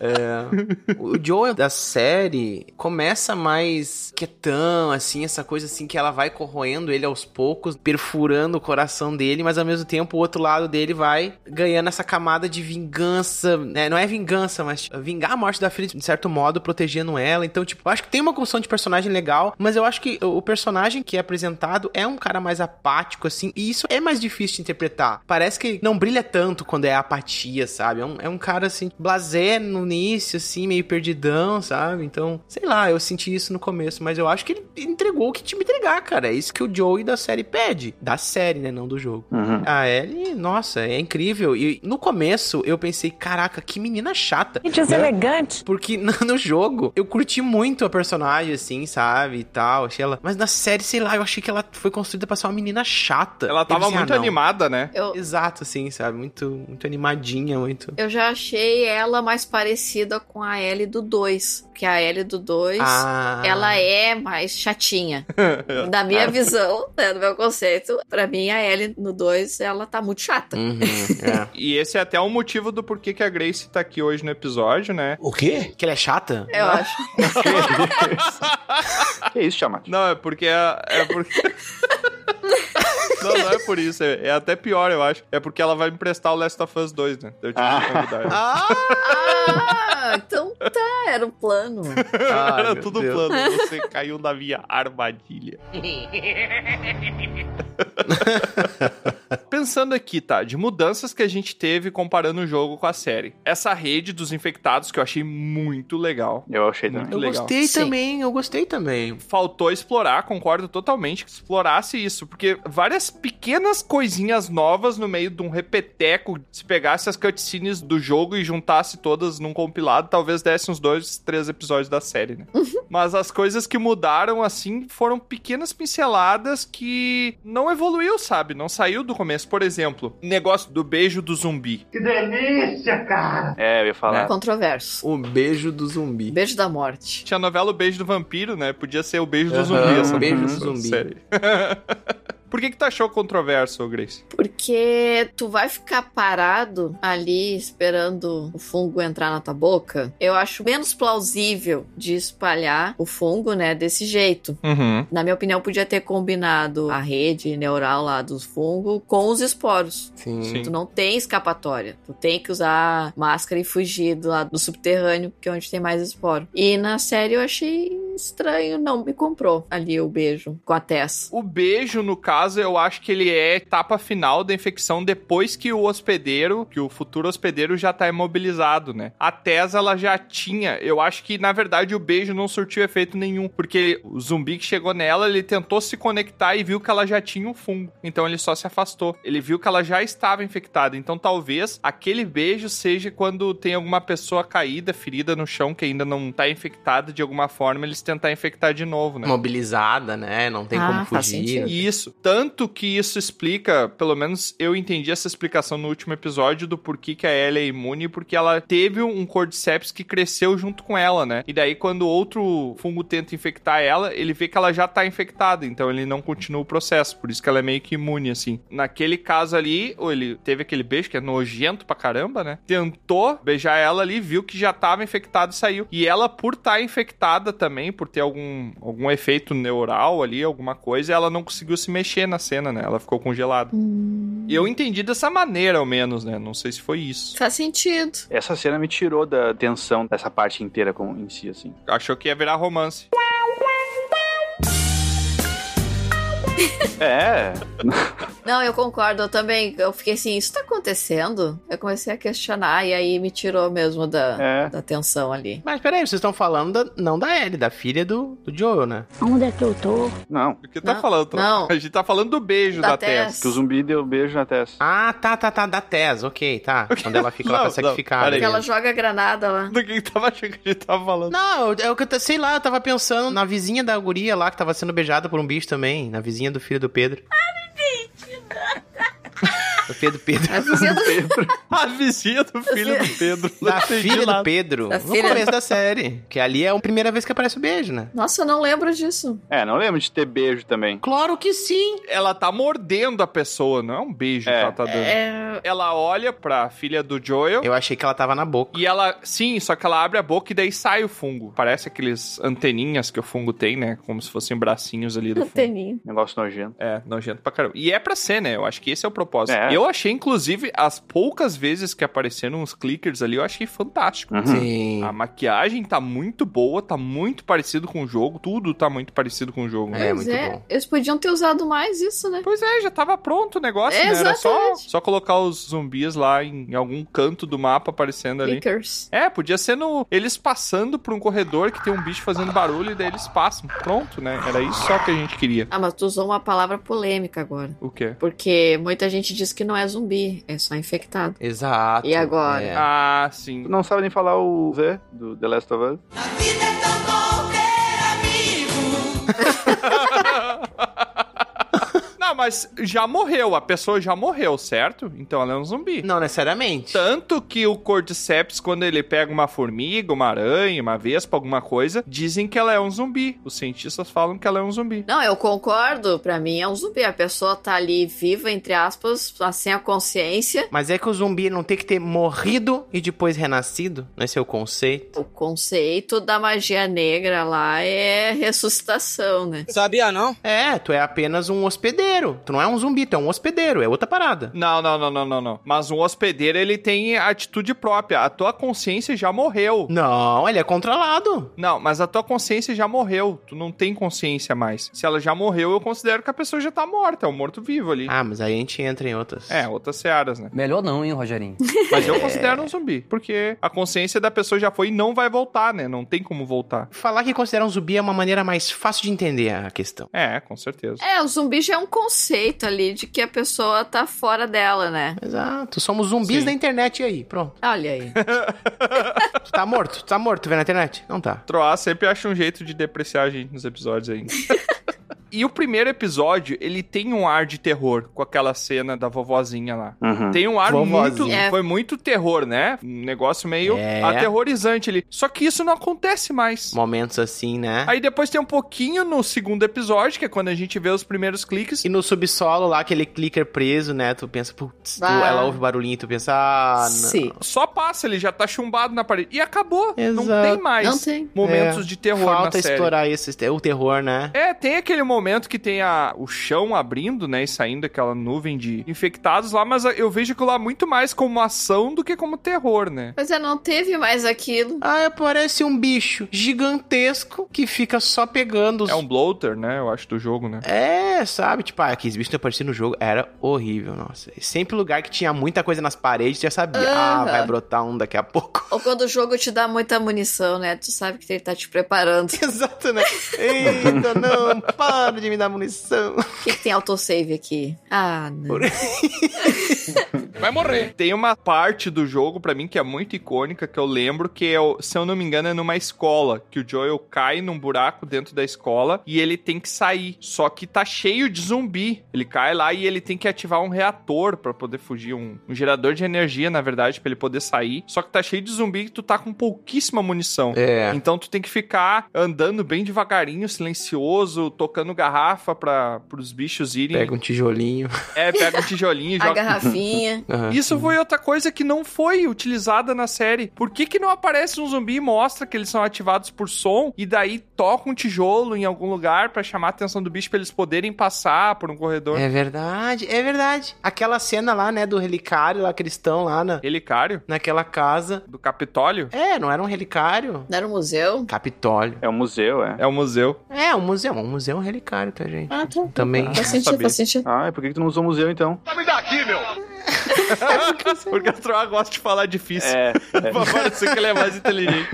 S2: É, o Joel da série começa mais quietão, assim, essa coisa assim que ela vai corroendo ele aos poucos, perfurando o coração dele, mas ao mesmo tempo o outro lado dele vai ganhando essa camada de vingança, né? Não é vingança, mas tipo, vingar a morte da filha, de certo modo, protegendo ela. Então, tipo, eu acho que tem uma construção de personagem legal, mas eu acho que o o personagem que é apresentado é um cara mais apático, assim, e isso é mais difícil de interpretar. Parece que não brilha tanto quando é apatia, sabe? É um, é um cara, assim, blasé no início, assim, meio perdidão, sabe? Então, sei lá, eu senti isso no começo, mas eu acho que ele entregou o que tinha que entregar, cara. É isso que o Joey da série pede. Da série, né? Não do jogo.
S4: Uhum.
S2: A Ellie, nossa, é incrível. E no começo eu pensei, caraca, que menina chata. Né?
S12: Que deselegante.
S2: Porque *laughs* no no jogo eu curti muito a personagem, assim, sabe? E tal, achei ela. Mas na série, sei lá, eu achei que ela foi construída pra ser uma menina chata.
S10: Ela
S2: Eu
S10: tava
S2: pensei, ah,
S10: muito
S2: não.
S10: animada, né?
S3: Eu,
S2: Exato, assim, sabe? Muito, muito animadinha, muito.
S3: eu já achei ela mais parecida com a L do 2. Que a L do 2.
S2: Ah,
S3: Ela é mais
S2: *laughs*
S3: chatinha. Na minha visão, né, no meu conceito, pra mim a Ellie no 2, ela tá muito chata.
S2: Uhum, é.
S3: *laughs*
S10: E esse é até o motivo do porquê que a Grace tá aqui hoje no episódio, né?
S7: O quê?
S2: Que ela é chata?
S3: Eu acho.
S4: que isso, Chamate?
S10: Não, é porque a- é porque *laughs* Não, não é por isso, é, é até pior, eu acho. É porque ela vai me emprestar o Last of Us 2, né? Eu tive que convidar ela.
S2: Ah,
S3: Ah, então tá, era um
S2: *laughs*
S3: plano.
S10: *laughs* Era
S2: meu
S10: tudo
S2: Deus.
S10: plano, você caiu na minha armadilha. *laughs* Pensando aqui, tá, de mudanças que a gente teve comparando o jogo com a série. Essa rede dos infectados que eu achei muito legal.
S4: Eu achei também.
S10: Muito
S2: Eu
S10: legal.
S2: gostei
S3: Sim.
S2: também, eu gostei também.
S10: faltou explorar, concordo totalmente que explorasse isso, porque várias pequenas coisinhas novas no meio de um repeteco, se pegasse as cutscenes do jogo e juntasse todas num compilado, talvez desse uns dois, três episódios da série, né? *laughs* Mas as coisas que mudaram, assim, foram pequenas pinceladas que não evoluiu, sabe? Não saiu do começo. Por exemplo, o negócio do beijo do zumbi.
S4: É, eu ia
S2: Tá.
S4: falar.
S3: Controverso.
S2: O beijo do zumbi.
S3: Beijo da morte.
S10: Tinha a novela O Beijo do Vampiro, né? Podia ser o beijo do
S2: Aham,
S10: zumbi, essa
S2: Beijo do
S10: *laughs* essa
S2: Zumbi.
S10: série. Por que, que tu achou controverso, Grace?
S3: Porque tu vai ficar parado ali esperando o fungo entrar na tua boca. Eu acho menos plausível de espalhar o fungo, né, desse jeito.
S10: Uhum.
S3: Na minha opinião, podia ter combinado a rede neural lá dos fungos com os esporos.
S2: Sim.
S10: Sim.
S3: Tu não tem escapatória. Tu tem que usar máscara e fugir do lado do subterrâneo, que é onde tem mais esporo. E na série eu achei estranho, não me comprou ali o beijo com a Tess.
S10: O beijo, no caso, eu acho que ele é etapa final da infecção depois que o hospedeiro, que o futuro hospedeiro já tá imobilizado, né? A Tess, ela já tinha. Eu acho que, na verdade, o beijo não surtiu efeito nenhum, porque o zumbi que chegou nela, ele tentou se conectar e viu que ela já tinha um fungo. Então ele só se afastou. Ele viu que ela já estava infectada. Então talvez aquele beijo seja quando tem alguma pessoa caída, ferida no chão, que ainda não tá infectada de alguma forma, eles tentar infectar de novo, né?
S2: Mobilizada, né? Não tem
S3: Ah,
S2: como
S3: faz
S2: fugir.
S10: Isso. Tanto que isso explica, pelo menos eu entendi essa explicação no último episódio do porquê que a Ellie é imune, porque ela teve um cordyceps que cresceu junto com ela, né? E daí quando outro fungo tenta infectar ela, ele vê que ela já tá infectada, então ele não continua o processo, por isso que ela é meio que imune, assim. Naquele caso ali, ou ele teve aquele beijo que é nojento pra caramba, né? Tentou beijar ela ali, viu que já tava infectado e saiu. E ela, por estar tá infectada também, por ter algum, algum efeito neural ali, alguma coisa, ela não conseguiu se mexer na cena, né? Ela ficou congelada.
S3: Hum,
S2: Uhum.
S10: E eu entendi dessa maneira, ao menos, né? Não sei se foi isso.
S3: Faz sentido.
S4: Essa cena me tirou da tensão dessa parte inteira com, em si, assim.
S10: Achou que ia virar romance.
S4: É,
S3: Não, eu concordo, eu também. Eu fiquei assim, isso tá acontecendo? Eu comecei a questionar e aí me tirou mesmo da,
S4: é.
S3: da tensão ali.
S2: Mas peraí, vocês estão falando da- não da Ellie, da filha do, do Joel, né?
S9: Onde é que eu tô?
S4: Não,
S10: O que tá
S3: Não,
S10: falando? Tô-
S3: não.
S10: A gente tá falando do beijo da,
S3: Da
S10: Tess.
S3: Tess.
S4: que o zumbi deu beijo na Tess.
S2: Ah, tá, tá, tá, da Tess, ok,
S10: *laughs*
S2: tá. Quando ela fica lá
S10: Não,
S2: pra
S10: não,
S2: sacrificar. né?
S10: peraí.
S3: Porque ela
S2: beleza.
S3: joga granada lá.
S10: Do que que tava achando que a gente tava falando?
S2: Não, eu, é eu, eu sei lá, eu tava pensando na vizinha da guria lá que tava sendo beijada por um bicho também, na vizinha do filho do *laughs* Pedro. Ah, do filho do Pedro.
S3: A vizinha do-
S10: A vizinha do
S3: *laughs*
S10: filho do Pedro.
S2: Da
S10: *laughs* Não entendi
S2: filha do
S10: nada.
S2: Pedro.
S3: Da
S2: no
S3: filha-
S2: começo *laughs* da série. Que ali é a primeira vez que aparece o beijo, né?
S3: Nossa, eu não lembro disso.
S4: É, não lembro de ter beijo também.
S2: Claro que sim!
S10: Ela tá mordendo a pessoa, não é um beijo
S4: É.
S10: que ela tá dando.
S3: É,
S10: Ela olha pra filha do Joel
S2: Eu achei que ela tava na boca.
S10: e ela. Sim, só que ela abre a boca e daí sai o fungo. Parece aqueles anteninhas que o fungo tem, né? Como se fossem bracinhos ali do
S3: *laughs*
S10: fungo.
S3: anteninha.
S4: Negócio nojento.
S10: É, nojento pra caramba. E é pra ser, né? Eu acho que esse é o propósito.
S4: É.
S10: Eu achei, inclusive, as poucas vezes que apareceram uns clickers ali, eu achei fantástico.
S4: Uhum.
S2: Sim.
S10: A maquiagem tá muito boa, tá muito parecido com o jogo, tudo tá muito parecido com o jogo. né?
S2: É,
S3: Pois
S2: muito
S3: é,
S2: bom.
S3: eles podiam ter usado mais isso, né?
S10: Pois é, já tava pronto o negócio,
S3: É,
S10: né? Era só,
S3: exatamente.
S10: só colocar os zumbis lá em, em algum canto do mapa aparecendo ali.
S3: Clickers.
S10: É, podia ser no, eles passando por um corredor que tem um bicho fazendo barulho e daí eles passam. Pronto, né? Era isso só que a gente queria.
S3: Ah, mas tu usou uma palavra polêmica agora.
S10: O quê?
S3: Porque muita gente diz que não é zumbi, é só infectado.
S2: Exato.
S3: E agora?
S2: É.
S10: Ah,
S4: Tu
S10: sim.
S4: não sabe nem falar o Z do The Last of Us?
S10: Não, mas já morreu, a pessoa já morreu, certo? Então ela é um zumbi.
S2: Não necessariamente.
S10: Tanto que o Cordyceps, quando ele pega uma formiga, uma aranha, uma vespa, alguma coisa, dizem que ela é um zumbi. Os cientistas falam que ela é um zumbi.
S3: Não, eu concordo. Pra mim é um zumbi. A pessoa tá ali viva, entre aspas, sem a consciência.
S2: Mas é que o zumbi não tem que ter morrido e depois renascido? Não é seu conceito?
S3: O conceito da magia negra lá é ressuscitação, né?
S11: Sabia não?
S2: É, tu é apenas um hospedeiro. Tu não é um zumbi, tu é um hospedeiro, é outra parada.
S10: Não, não, não, não, não, não. Mas um hospedeiro, ele tem atitude própria. A tua consciência já morreu.
S2: Não, ele é controlado.
S10: Não, mas a tua consciência já morreu. Tu não tem consciência mais. Se ela já morreu, eu considero que a pessoa já tá morta. É um morto-vivo ali.
S2: Ah, mas aí a gente entra em outras.
S10: É, outras searas, né?
S11: Melhor não, hein, Rogerinho?
S10: *laughs*
S11: É.
S10: Mas eu considero um zumbi. Porque a consciência da pessoa já foi e não vai voltar, né? Não tem como voltar.
S2: Falar que considerar um zumbi é uma maneira mais fácil de entender a questão.
S10: É, com certeza.
S3: É, o zumbi já é um conceito ali de que a pessoa tá fora dela, né?
S2: Exato, somos zumbis
S10: Sim.
S2: da internet e aí, pronto.
S3: Olha aí.
S2: Tu tá morto, tu tá morto, tu vê na internet? Não tá.
S10: Troá sempre acha um jeito de depreciar a gente nos episódios ainda. e o primeiro episódio, ele tem um ar de terror com aquela cena da vovozinha lá.
S4: Uhum.
S10: Tem um ar
S2: Vovozinha.
S10: muito.
S3: É.
S10: Foi muito terror, né? Um negócio meio
S2: É.
S10: aterrorizante ali. Só que isso não acontece mais.
S2: Momentos assim, né?
S10: Aí depois tem um pouquinho no segundo episódio, que é quando a gente vê os primeiros cliques.
S2: E no subsolo lá, aquele clicker preso, né? Tu pensa, putz, tu-
S3: Ah.
S2: ela ouve barulhinho e tu pensa, ah, não.
S3: Sim.
S10: Só passa, ele já tá chumbado na parede. E acabou. Não
S2: Exato.
S10: tem mais
S3: Não tem.
S10: momentos
S2: É.
S10: de terror na
S2: Falta
S10: série.
S2: explorar isso, o terror, né?
S10: É, tem aquele momento que tem a, o chão abrindo, né, e saindo aquela nuvem de infectados lá, mas eu vejo aquilo lá muito mais como ação do que como terror, né?
S3: Mas é, não teve mais aquilo.
S2: Ah, aparece um bicho gigantesco que fica só pegando os.
S10: É um bloater, né, eu acho, do jogo, né?
S2: É, sabe? Tipo, ah, aqueles bichos que apareciam no jogo era horrível, nossa. E Sempre lugar que tinha muita coisa nas paredes, já sabia. Ah,
S3: Aham.
S2: vai brotar um daqui a pouco.
S3: Ou quando o jogo te dá muita munição, né? Tu sabe que ele tá te preparando.
S2: *laughs* Exato, né? Eita, não, para de me dar munição.
S3: O que, que tem autosave aqui? Ah, não.
S10: Vai morrer. Tem uma parte do jogo, pra mim, que é muito icônica, que eu lembro, que é, o- se eu não me engano, é numa escola, que o Joel cai num buraco dentro da escola e ele tem que sair. Só que tá cheio de zumbi. Ele cai lá e ele tem que ativar um reator pra poder fugir, um, um gerador de energia, na verdade, pra ele poder sair. Só que tá cheio de zumbi e tu tá com pouquíssima munição.
S2: É.
S10: Então tu tem que ficar andando bem devagarinho, silencioso, tocando garrafa para os bichos irem.
S2: Pega um tijolinho. *laughs*
S10: É, pega um tijolinho e
S3: A
S10: joga.
S3: fofinha.
S2: Aham.
S10: Isso foi outra coisa que não foi utilizada na série. Por que, que não aparece um zumbi e mostra que eles são ativados por som e daí toca um tijolo em algum lugar pra chamar a atenção do bicho pra eles poderem passar por um corredor?
S2: É verdade, é verdade. Aquela cena lá, né, do relicário lá que eles estão lá na,
S10: Relicário
S2: naquela casa.
S10: do Capitólio?
S2: É, não era um relicário?
S3: Não era um museu?
S2: Capitólio.
S4: É um museu, é.
S10: É o museu.
S2: *laughs* É, um museu. Um museu é um relicário, tá, gente?
S3: Ah, tá.
S2: Também.
S3: Faz sentido,
S10: sabia.
S3: faz sentido.
S4: Ah, e por que, que tu não usou museu então?
S10: *laughs* Porque a Troa gosta de falar difícil.
S4: É,
S10: Pra parecer que ele é mais inteligente.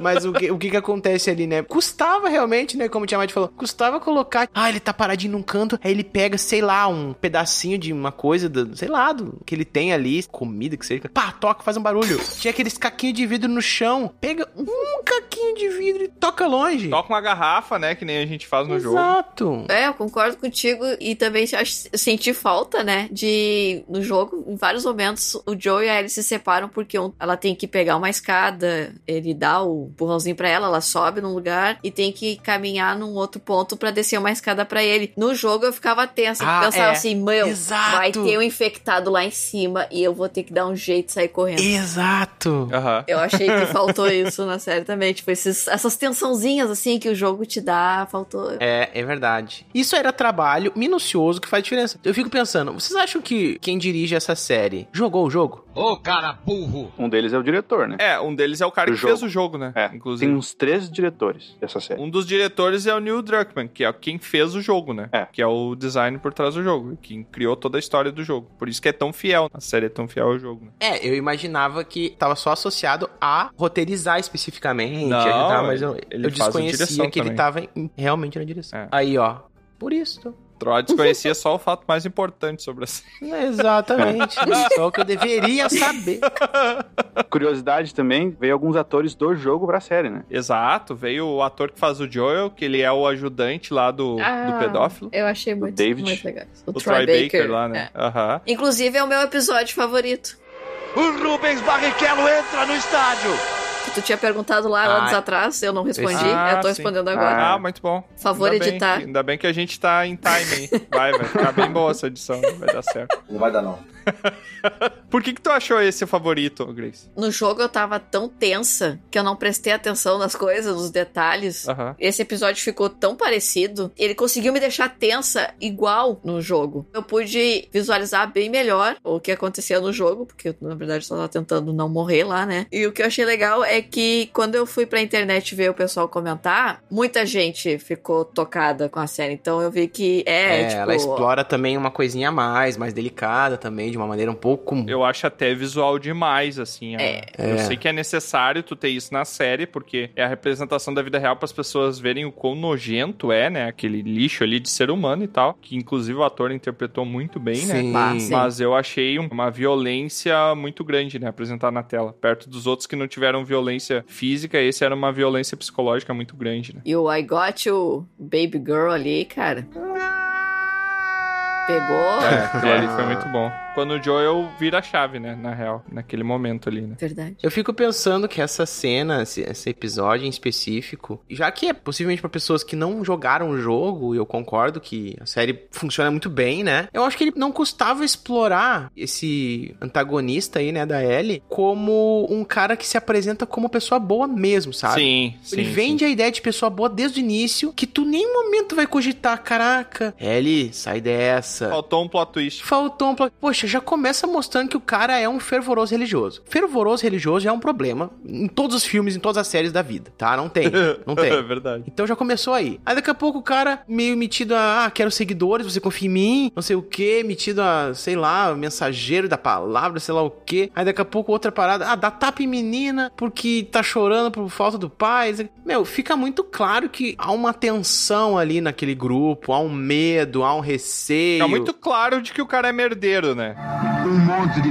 S2: Mas o que, o que que acontece ali, né? Custava realmente, né? Como o Tiamat falou, custava colocar. Ah, ele tá paradinho num canto, aí ele pega, sei lá, um pedacinho de uma coisa, do, sei lá, do, que ele tem ali, comida que seja. Pá, toca, faz um barulho. Tinha aqueles caquinhos de vidro no chão. Pega um caquinho de vidro e toca longe.
S10: Toca uma garrafa, né? Que nem a gente faz no jogo.
S2: Exato.
S3: É, eu concordo contigo e também acho- senti falta, né? De no jogo, em vários momentos, o Joe e a Ellie se separam porque um- ela tem que pegar uma escada, ele dá o empurrãozinho pra ela, ela sobe num lugar e tem que caminhar num outro ponto pra descer uma escada pra ele. No jogo eu ficava tensa,
S2: Ah,
S3: pensava
S2: é.
S3: assim, meu,
S2: Exato.
S3: vai ter um infectado lá em cima e eu vou ter que dar um jeito de sair correndo.
S2: Exato.
S10: Aham.
S3: Eu achei que faltou isso na série também. Tipo, esses- essas tensãozinhas assim que o jogo te dá, faltou.
S2: É, é verdade. Isso era trabalho minucioso que faz diferença. Eu fico pensando, vocês acham que quem dirige essa série jogou o jogo?
S8: Ô, cara burro!
S4: Um deles é o diretor, né?
S10: É, um deles é o cara
S4: Do
S10: que
S4: jogo.
S10: fez o jogo, né?
S4: É,
S10: Inclusive.
S4: Tem uns três diretores dessa série.
S10: Um dos diretores é o Neil Druckmann, que é quem fez o jogo, né?
S4: É.
S10: Que é o design por trás do jogo, quem criou toda a história do jogo. Por isso que é tão fiel, a série é tão fiel ao jogo, né?
S2: É, eu imaginava que tava só associado a roteirizar especificamente,
S10: Não,
S2: ajudar, mas eu,
S10: ele
S2: eu
S10: faz a
S2: desconhecia
S10: direção
S2: que ele
S10: também.
S2: tava em- realmente na direção.
S10: É.
S2: Aí, ó. Por isso. *laughs*
S10: Troy desconhecia só o fato mais importante sobre a série. *laughs*
S2: Exatamente. só o que eu deveria saber.
S4: Curiosidade também, veio alguns atores do jogo pra série, né?
S10: Exato, veio o ator que faz o Joel, que ele é o ajudante lá do, do
S3: Ah.
S10: pedófilo.
S3: Eu achei muito,
S4: David.
S3: muito legal. isso.
S10: O, Troy, Baker, lá, né?
S3: é.
S10: Aham.
S3: Inclusive, é o meu episódio favorito.
S8: O Rubens Barrichello entra no estádio!
S3: Que tu tinha perguntado lá
S2: Ah.
S3: anos atrás, eu não respondi.
S10: Ah,
S3: eu tô
S10: sim.
S3: respondendo agora.
S10: Ah, muito bom.
S3: Favor
S10: Ainda bem
S3: editar.
S10: que- ainda bem que a gente tá em time, hein? Vai, vai ficar bem boa essa edição, vai dar certo.
S11: Não vai dar, não.
S10: Por que que tu achou esse favorito, Grace?
S3: No jogo eu tava tão tensa que eu não prestei atenção nas coisas, nos detalhes.
S10: Aham.
S3: Esse episódio ficou tão parecido. Ele conseguiu me deixar tensa igual no jogo. Eu pude visualizar bem melhor o que acontecia no jogo, porque eu, na verdade, só tava tentando não morrer lá, né? E o que eu achei legal é que quando eu fui pra internet ver o pessoal comentar, muita gente ficou tocada com a série. Então eu vi que é,
S2: É,
S3: tipo.
S2: ela explora também uma coisinha a mais, mais delicada também, de uma maneira um pouco.
S10: Eu acho até visual demais, assim. a-
S3: É.
S10: Eu
S2: É.
S10: sei que é necessário tu ter isso na série, porque é a representação da vida real para as pessoas verem o quão nojento é, né? Aquele lixo ali de ser humano e tal. Que inclusive o ator interpretou muito bem, né?
S2: Sim.
S3: Ah, sim.
S10: Mas eu achei um- uma violência muito grande, né? Apresentar na tela. Perto dos outros que não tiveram violência física, esse era uma violência psicológica muito grande, né?
S3: E o I Got You Baby Girl ali, cara. Pegou.
S10: É, aquilo ali
S2: Ah.
S10: foi muito bom. Quando o Joel vira a chave, né? Na real, naquele momento ali, né?
S3: Verdade.
S2: Eu fico pensando que essa cena, esse, esse episódio em específico, já que é possivelmente pra pessoas que não jogaram o jogo, e eu concordo que a série funciona muito bem, né? Eu acho que ele não custava explorar esse antagonista aí, né, da Ellie, como um cara que se apresenta como pessoa boa mesmo, sabe?
S10: Sim, sim.
S2: Ele vende a ideia de pessoa boa desde o início, que tu nem momento vai cogitar, caraca, Ellie, sai dessa.
S10: Faltou um plot twist.
S2: Faltou um pla- Poxa, já começa mostrando que o cara é um fervoroso religioso. Fervoroso religioso já é um problema em todos os filmes, em todas as séries da vida, tá? Não tem,
S10: *laughs*
S2: não
S10: É
S2: tem.
S10: verdade.
S2: Então já começou aí. Aí daqui a pouco o cara meio metido a, ah, quero seguidores, você confia em mim, não sei o quê, metido a, sei lá, mensageiro da palavra, sei lá o quê. Aí daqui a pouco outra parada, ah, dá tapa em menina porque tá chorando por falta do pai. Meu, fica muito claro que há uma tensão ali naquele grupo, há um medo, há um receio.
S10: Fica Tá muito claro de que o cara é merdeiro,
S2: Ah.
S10: né?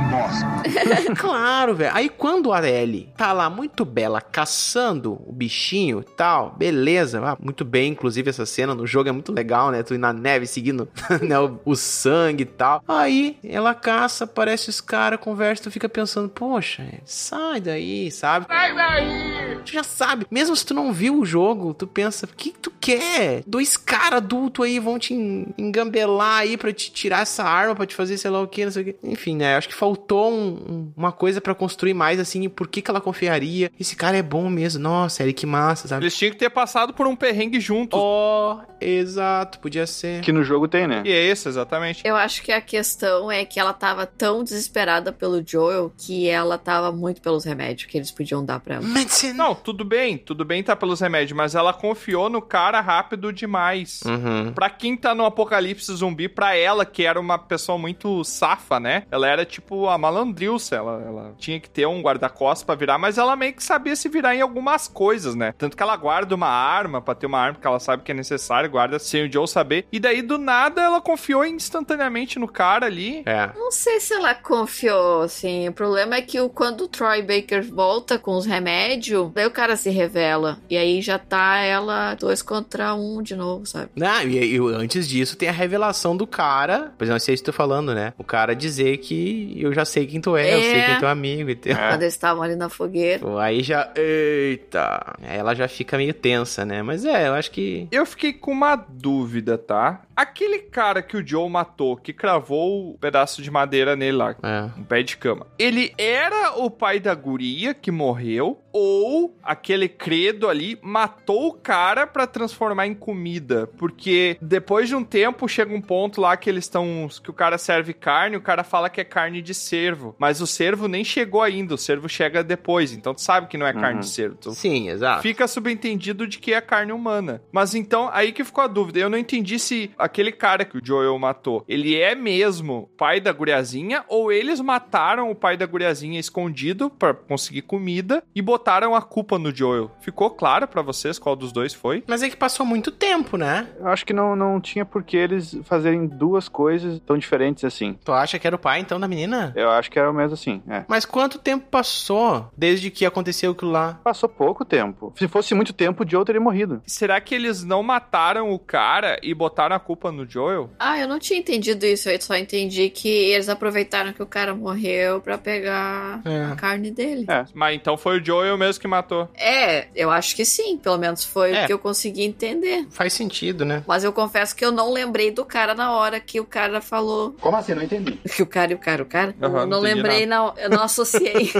S2: *laughs* Claro, velho. Aí quando a Ellie tá lá muito bela caçando o bichinho e tal, beleza. Ah, muito bem, inclusive essa cena no jogo é muito legal, né? Tu ir na neve seguindo *laughs* né, o, o sangue e tal. Aí ela caça, aparece os caras, conversa, tu fica pensando, poxa, é, sai daí, sabe? Sai daí! Tu já sabe, mesmo se tu não viu o jogo, tu pensa, o que que tu quer? Dois caras adultos aí vão te en- engambelar aí pra te tirar essa arma, pra te fazer sei lá o que, não sei o que. enfim, né? Acho que faltou um- um- uma coisa pra construir mais, assim, por que, que ela confiaria? Esse cara é bom mesmo, nossa, ele que massa, sabe?
S10: Eles tinham que ter passado por um perrengue juntos.
S2: Ó, exato, podia ser.
S4: Que no jogo tem, né?
S10: E é isso, exatamente.
S3: Eu acho que a questão é que ela tava tão desesperada pelo Joel que ela tava muito pelos remédios que eles podiam dar pra ela.
S2: Medicine.
S10: Não, tudo bem, tudo bem tá pelos remédios, mas ela confiou no cara rápido demais.
S2: Uhum.
S10: Pra quem tá no apocalipse zumbi, pra ela, que era uma pessoa muito safa, né? Ela era tipo a malandrilça, ela, ela tinha que ter um guarda-costas pra virar, mas ela meio que sabia se virar em algumas coisas, né? Tanto que ela guarda uma arma pra ter uma arma que ela sabe que é necessária, guarda sem o Joe saber. E daí, do nada, ela confiou instantaneamente no cara ali.
S2: É.
S3: Não sei se ela confiou, assim. O problema é que o- quando o Troy Baker volta com os remédios, daí o cara se revela. E aí já tá ela dois contra um de novo, sabe?
S2: Não, Ah, e, e antes disso tem a revelação do cara. Pois não sei se tô falando, né? O cara dizer que eu já sei quem tu é, eu
S3: É.
S2: sei quem tu é amigo e tal.
S3: Quando eles estavam ali na fogueira.
S2: Pô, Aí já. Eita! Aí ela já fica meio tensa, né? Mas é, eu acho que.
S10: Eu fiquei com uma dúvida, tá? Aquele cara que o Joe matou, que cravou o pedaço de madeira nele lá,
S2: É.
S10: um pé de cama. Ele era o pai da guria que morreu ou aquele credo ali matou o cara pra transformar em comida, porque depois de um tempo chega um ponto lá que eles estão que o cara serve carne, o cara fala que é carne de cervo, mas o cervo nem chegou ainda, o cervo chega depois, então tu sabe que não é carne
S4: Uhum.
S10: de cervo. Tu
S2: Sim, exato.
S10: Fica subentendido de que é carne humana. Mas então, aí que ficou a dúvida. Eu não entendi se aquele cara que o Joel matou, ele é mesmo pai da guriazinha ou eles mataram o pai da guriazinha escondido pra conseguir comida e botaram a culpa no Joel. Ficou claro pra vocês qual dos dois foi?
S2: Mas é que passou muito tempo, né?
S4: Eu acho que não, não tinha por que eles fazerem duas coisas tão diferentes assim.
S2: Tu acha que era o pai então da menina?
S4: Eu acho que era o mesmo assim, é.
S2: Mas quanto tempo passou desde que aconteceu aquilo lá?
S4: Passou pouco tempo. Se fosse muito tempo, o Joe teria morrido.
S10: Será que eles não mataram o cara e botaram a culpa no Joel?
S3: Ah, eu não tinha entendido isso. Eu só entendi que eles aproveitaram que o cara morreu pra pegar a
S2: É.
S3: carne dele.
S4: É.
S10: Mas então foi o Joel mesmo que matou.
S3: É, eu acho que sim. Pelo menos foi
S2: É.
S3: o que eu consegui entender.
S2: Faz sentido, né?
S3: Mas eu confesso que eu não lembrei do cara na hora que o cara falou.
S7: Como assim? Não entendi.
S3: Que o cara e o cara, o cara?
S10: Aham,
S3: eu
S10: não
S3: não
S10: entendi
S3: lembrei, não. Eu não associei. *laughs*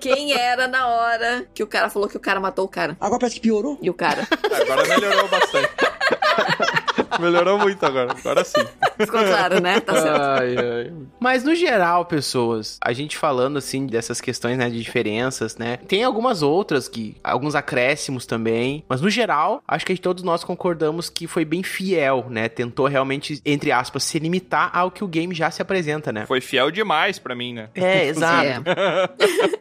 S3: Quem era na hora que o cara falou que o cara matou o cara?
S8: Agora parece que piorou.
S3: E o cara?
S10: É, Agora melhorou bastante. *laughs* melhorou muito agora. Agora sim.
S3: Ficou claro, né? Tá
S10: *laughs*
S3: certo.
S2: Ai, ai. Mas no geral, pessoas, a gente falando assim dessas questões, né, de diferenças, né? Tem algumas outras que alguns acréscimos também, mas no geral, acho que todos nós concordamos que foi bem fiel, né? Tentou realmente, entre aspas, se limitar ao que o game já se apresenta, né?
S10: Foi fiel demais pra mim, né?
S2: É,
S3: É.
S2: exato.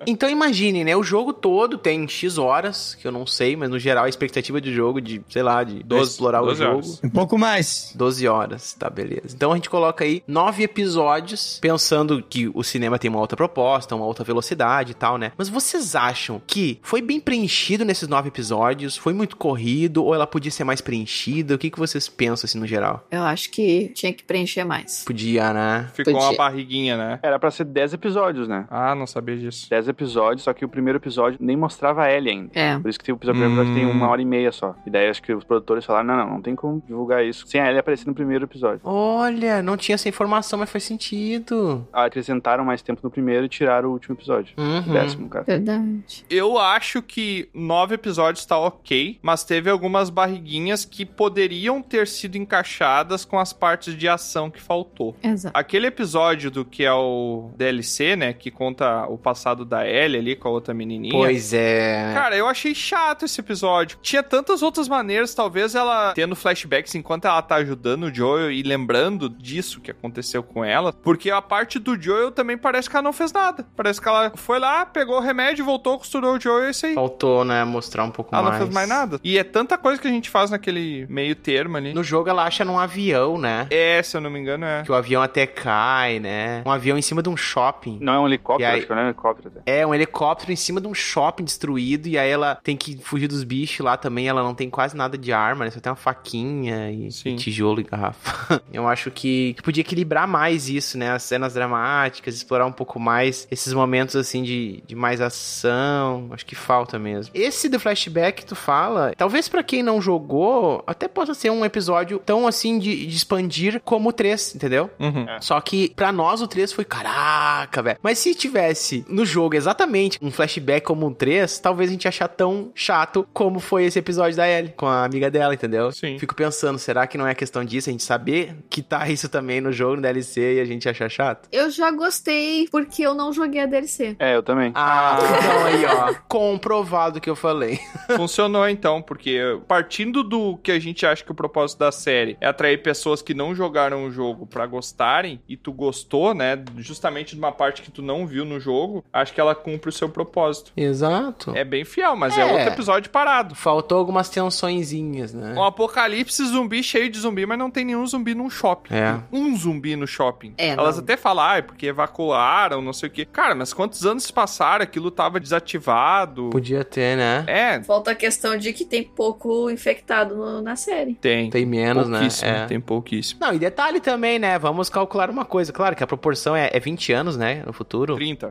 S2: Então imagine, né? O jogo todo tem X horas, que eu não sei, mas no geral a expectativa de jogo de, sei lá, de
S10: Doze-
S2: explorar o
S10: doze
S2: jogo.
S10: horas.
S8: Um pouco mais.
S2: 12 horas, tá, beleza. Então a gente coloca aí nove episódios, pensando que o cinema tem uma outra proposta, uma outra velocidade e tal, né? Mas vocês acham que foi bem preenchido nesses nove episódios? Foi muito corrido? Ou ela podia ser mais preenchida? O que, que vocês pensam, assim, no geral?
S3: Eu acho que tinha que preencher mais.
S2: Podia, né?
S10: Ficou uma
S3: Podia.
S10: barriguinha, né?
S4: Era pra ser 10 episódios, né?
S10: Ah, não sabia disso.
S4: 10 episódios, só que o primeiro episódio nem mostrava a Ellie ainda.
S3: É.
S4: Por isso que tem o primeiro episódio que tem
S10: Hum.
S4: uma hora e meia só. E daí acho que os produtores falaram: não, não, não tem como divulgar isso sem a Ellie aparecer no primeiro episódio.
S2: Olha, não tinha essa informação, mas faz sentido.
S4: Acrescentaram mais tempo no primeiro e tiraram o último episódio.
S2: Uhum.
S4: Décimo, cara.
S3: Verdade.
S10: Eu acho que nove episódios tá ok, mas teve algumas barriguinhas que poderiam ter sido encaixadas com as partes de ação que faltou.
S3: Exato.
S10: Aquele episódio do que é o DLC, né? Que conta o passado da Ellie ali com a outra menininha.
S2: Pois é.
S10: Cara, eu achei chato esse episódio. Tinha tantas outras maneiras, talvez ela tendo flashbacks enquanto ela tá ajudando o Joel e lembrando disso que aconteceu com ela. Porque a parte do Joel também parece que ela não fez nada. Parece que ela foi lá, pegou o remédio, voltou, costurou o Joel e é isso aí.
S2: Faltou, né, mostrar um pouco
S10: Ela
S2: mais.
S10: não fez mais nada. E é tanta coisa que a gente faz naquele meio termo ali.
S2: No jogo ela acha num avião, né?
S10: É, se eu não me engano, *laughs* é.
S2: Que o avião até cai, né? Um avião em cima de um shopping.
S4: Não é um helicóptero,
S2: E aí-
S4: acho que não é um helicóptero até.
S2: É, um helicóptero em cima de um shopping destruído. E aí ela tem que fugir dos bichos lá também. Ela não tem quase nada de arma, né? Só tem uma faquinha e e,
S10: Sim.
S2: e tijolo e garrafa. *laughs* Eu acho que, que podia equilibrar mais isso, né? As cenas dramáticas, explorar um pouco mais esses momentos assim de, de mais ação. Acho que falta mesmo. Esse do flashback que tu fala, talvez pra quem não jogou, até possa ser um episódio tão assim de, de expandir como o 3, entendeu?
S10: Uhum.
S2: Só que pra nós o 3 foi caraca, velho. Mas se tivesse no jogo exatamente um flashback como um 3, talvez a gente ia achar tão chato como foi esse episódio da Ellie com a amiga dela, entendeu?
S10: Sim.
S2: Fico pensando, será que não é questão disso a gente saber que tá isso também no jogo, no DLC e a gente achar chato?
S3: Eu já gostei porque eu não joguei a DLC.
S4: É, eu também.
S2: Ah, então aí, ó. Comprovado o que eu falei.
S10: Funcionou então, porque partindo do que a gente acha que o propósito da série é atrair pessoas que não jogaram o jogo pra gostarem, e tu gostou, né? Justamente de uma parte que tu não viu no jogo, acho que ela cumpre o seu propósito.
S2: Exato.
S10: É bem fiel, mas é,
S2: É.
S10: outro episódio parado.
S2: Faltou algumas tensõezinhas, né?
S10: Um apocalipse zumbi cheio de zumbi, mas não tem nenhum zumbi num shopping.
S2: É.
S10: Um zumbi no shopping.
S3: É,
S10: Elas
S3: não.
S10: até falam, ah, é porque evacuaram, não sei o quê. Cara, mas quantos anos se passaram? Aquilo tava desativado.
S2: Podia ter, né?
S10: É,
S3: Falta a questão de que tem pouco infectado no- na série.
S10: tem.
S2: Tem menos, né?
S10: pouquíssimo,
S2: É.
S10: tem pouquíssimo.
S2: Não, e detalhe também, né? Vamos calcular uma coisa. Claro que a proporção é, é 20 anos, né? No futuro.
S10: 30.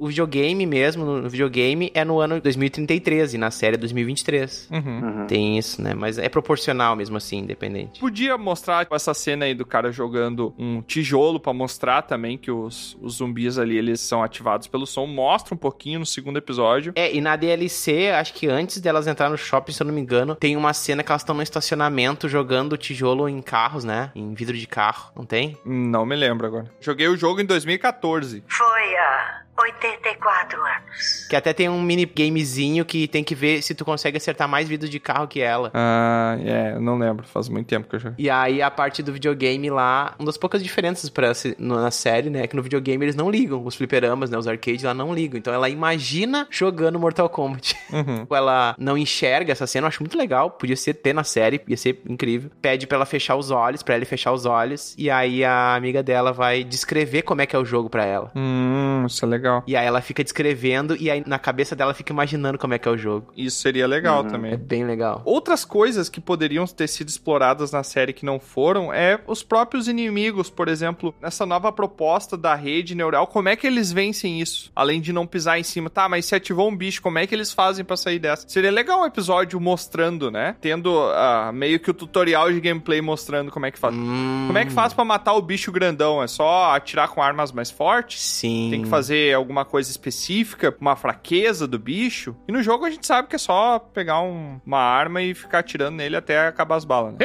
S2: O videogame mesmo, no videogame, é no ano 2033 e na série é 2023.
S10: Uhum.
S4: Uhum.
S2: Tem isso, né? Mas é proporcional mesmo assim, independente.
S10: Podia mostrar tipo, essa cena aí do cara jogando um tijolo pra mostrar também que os, os zumbis ali eles são ativados pelo som. Mostra um pouquinho no segundo episódio.
S2: É, e na DLC, acho que antes delas entrar no shopping, se eu não me engano, tem uma cena que elas estão no estacionamento jogando tijolo em carros, né? Em vidro de carro, não tem?
S10: Não me lembro agora. Joguei o jogo em 2014.
S11: Foi há 84 anos.
S2: Que até tem um minigamezinho que tem que ver se tu consegue acertar mais vidro de carro que ela.
S10: Ah, é, não lembro. Faz muito tempo que eu joguei.
S2: E aí a parte do videogame lá, uma das poucas diferenças para na série, né, é que no videogame eles não ligam, os fliperamas, né, os arcades lá não ligam. Então ela imagina jogando Mortal Kombat. *laughs* Tipo,
S10: Uhum.
S2: ela não enxerga essa cena, eu acho muito legal, podia ser ter na série, ia ser incrível. Pede pra ela fechar os olhos, pra ele fechar os olhos, e aí a amiga dela vai descrever como é que é o jogo pra ela.
S10: Hum, isso é legal.
S2: E aí ela fica descrevendo e aí na cabeça dela fica imaginando como é que é o jogo.
S10: Isso seria legal
S4: Uhum.
S2: É
S10: também.
S2: bem legal.
S10: Outras coisas que poderiam ter sido exploradas na série que não foram é os próprios inimigos, por exemplo, nessa nova proposta da rede neural, como é que eles vencem isso? Além de não pisar em cima, tá, mas se ativou um bicho, como é que eles fazem pra sair dessa? Seria legal um episódio mostrando, né? Tendo ah, meio que o tutorial de gameplay mostrando como é que faz.
S2: Hum.
S10: Como é que faz pra matar o bicho grandão? É só atirar com armas mais fortes?
S2: Sim.
S10: Tem que fazer alguma coisa específica, uma fraqueza do bicho. E no jogo a gente sabe que é só pegar um- uma arma e ficar atirando nele até acabar as balas, né?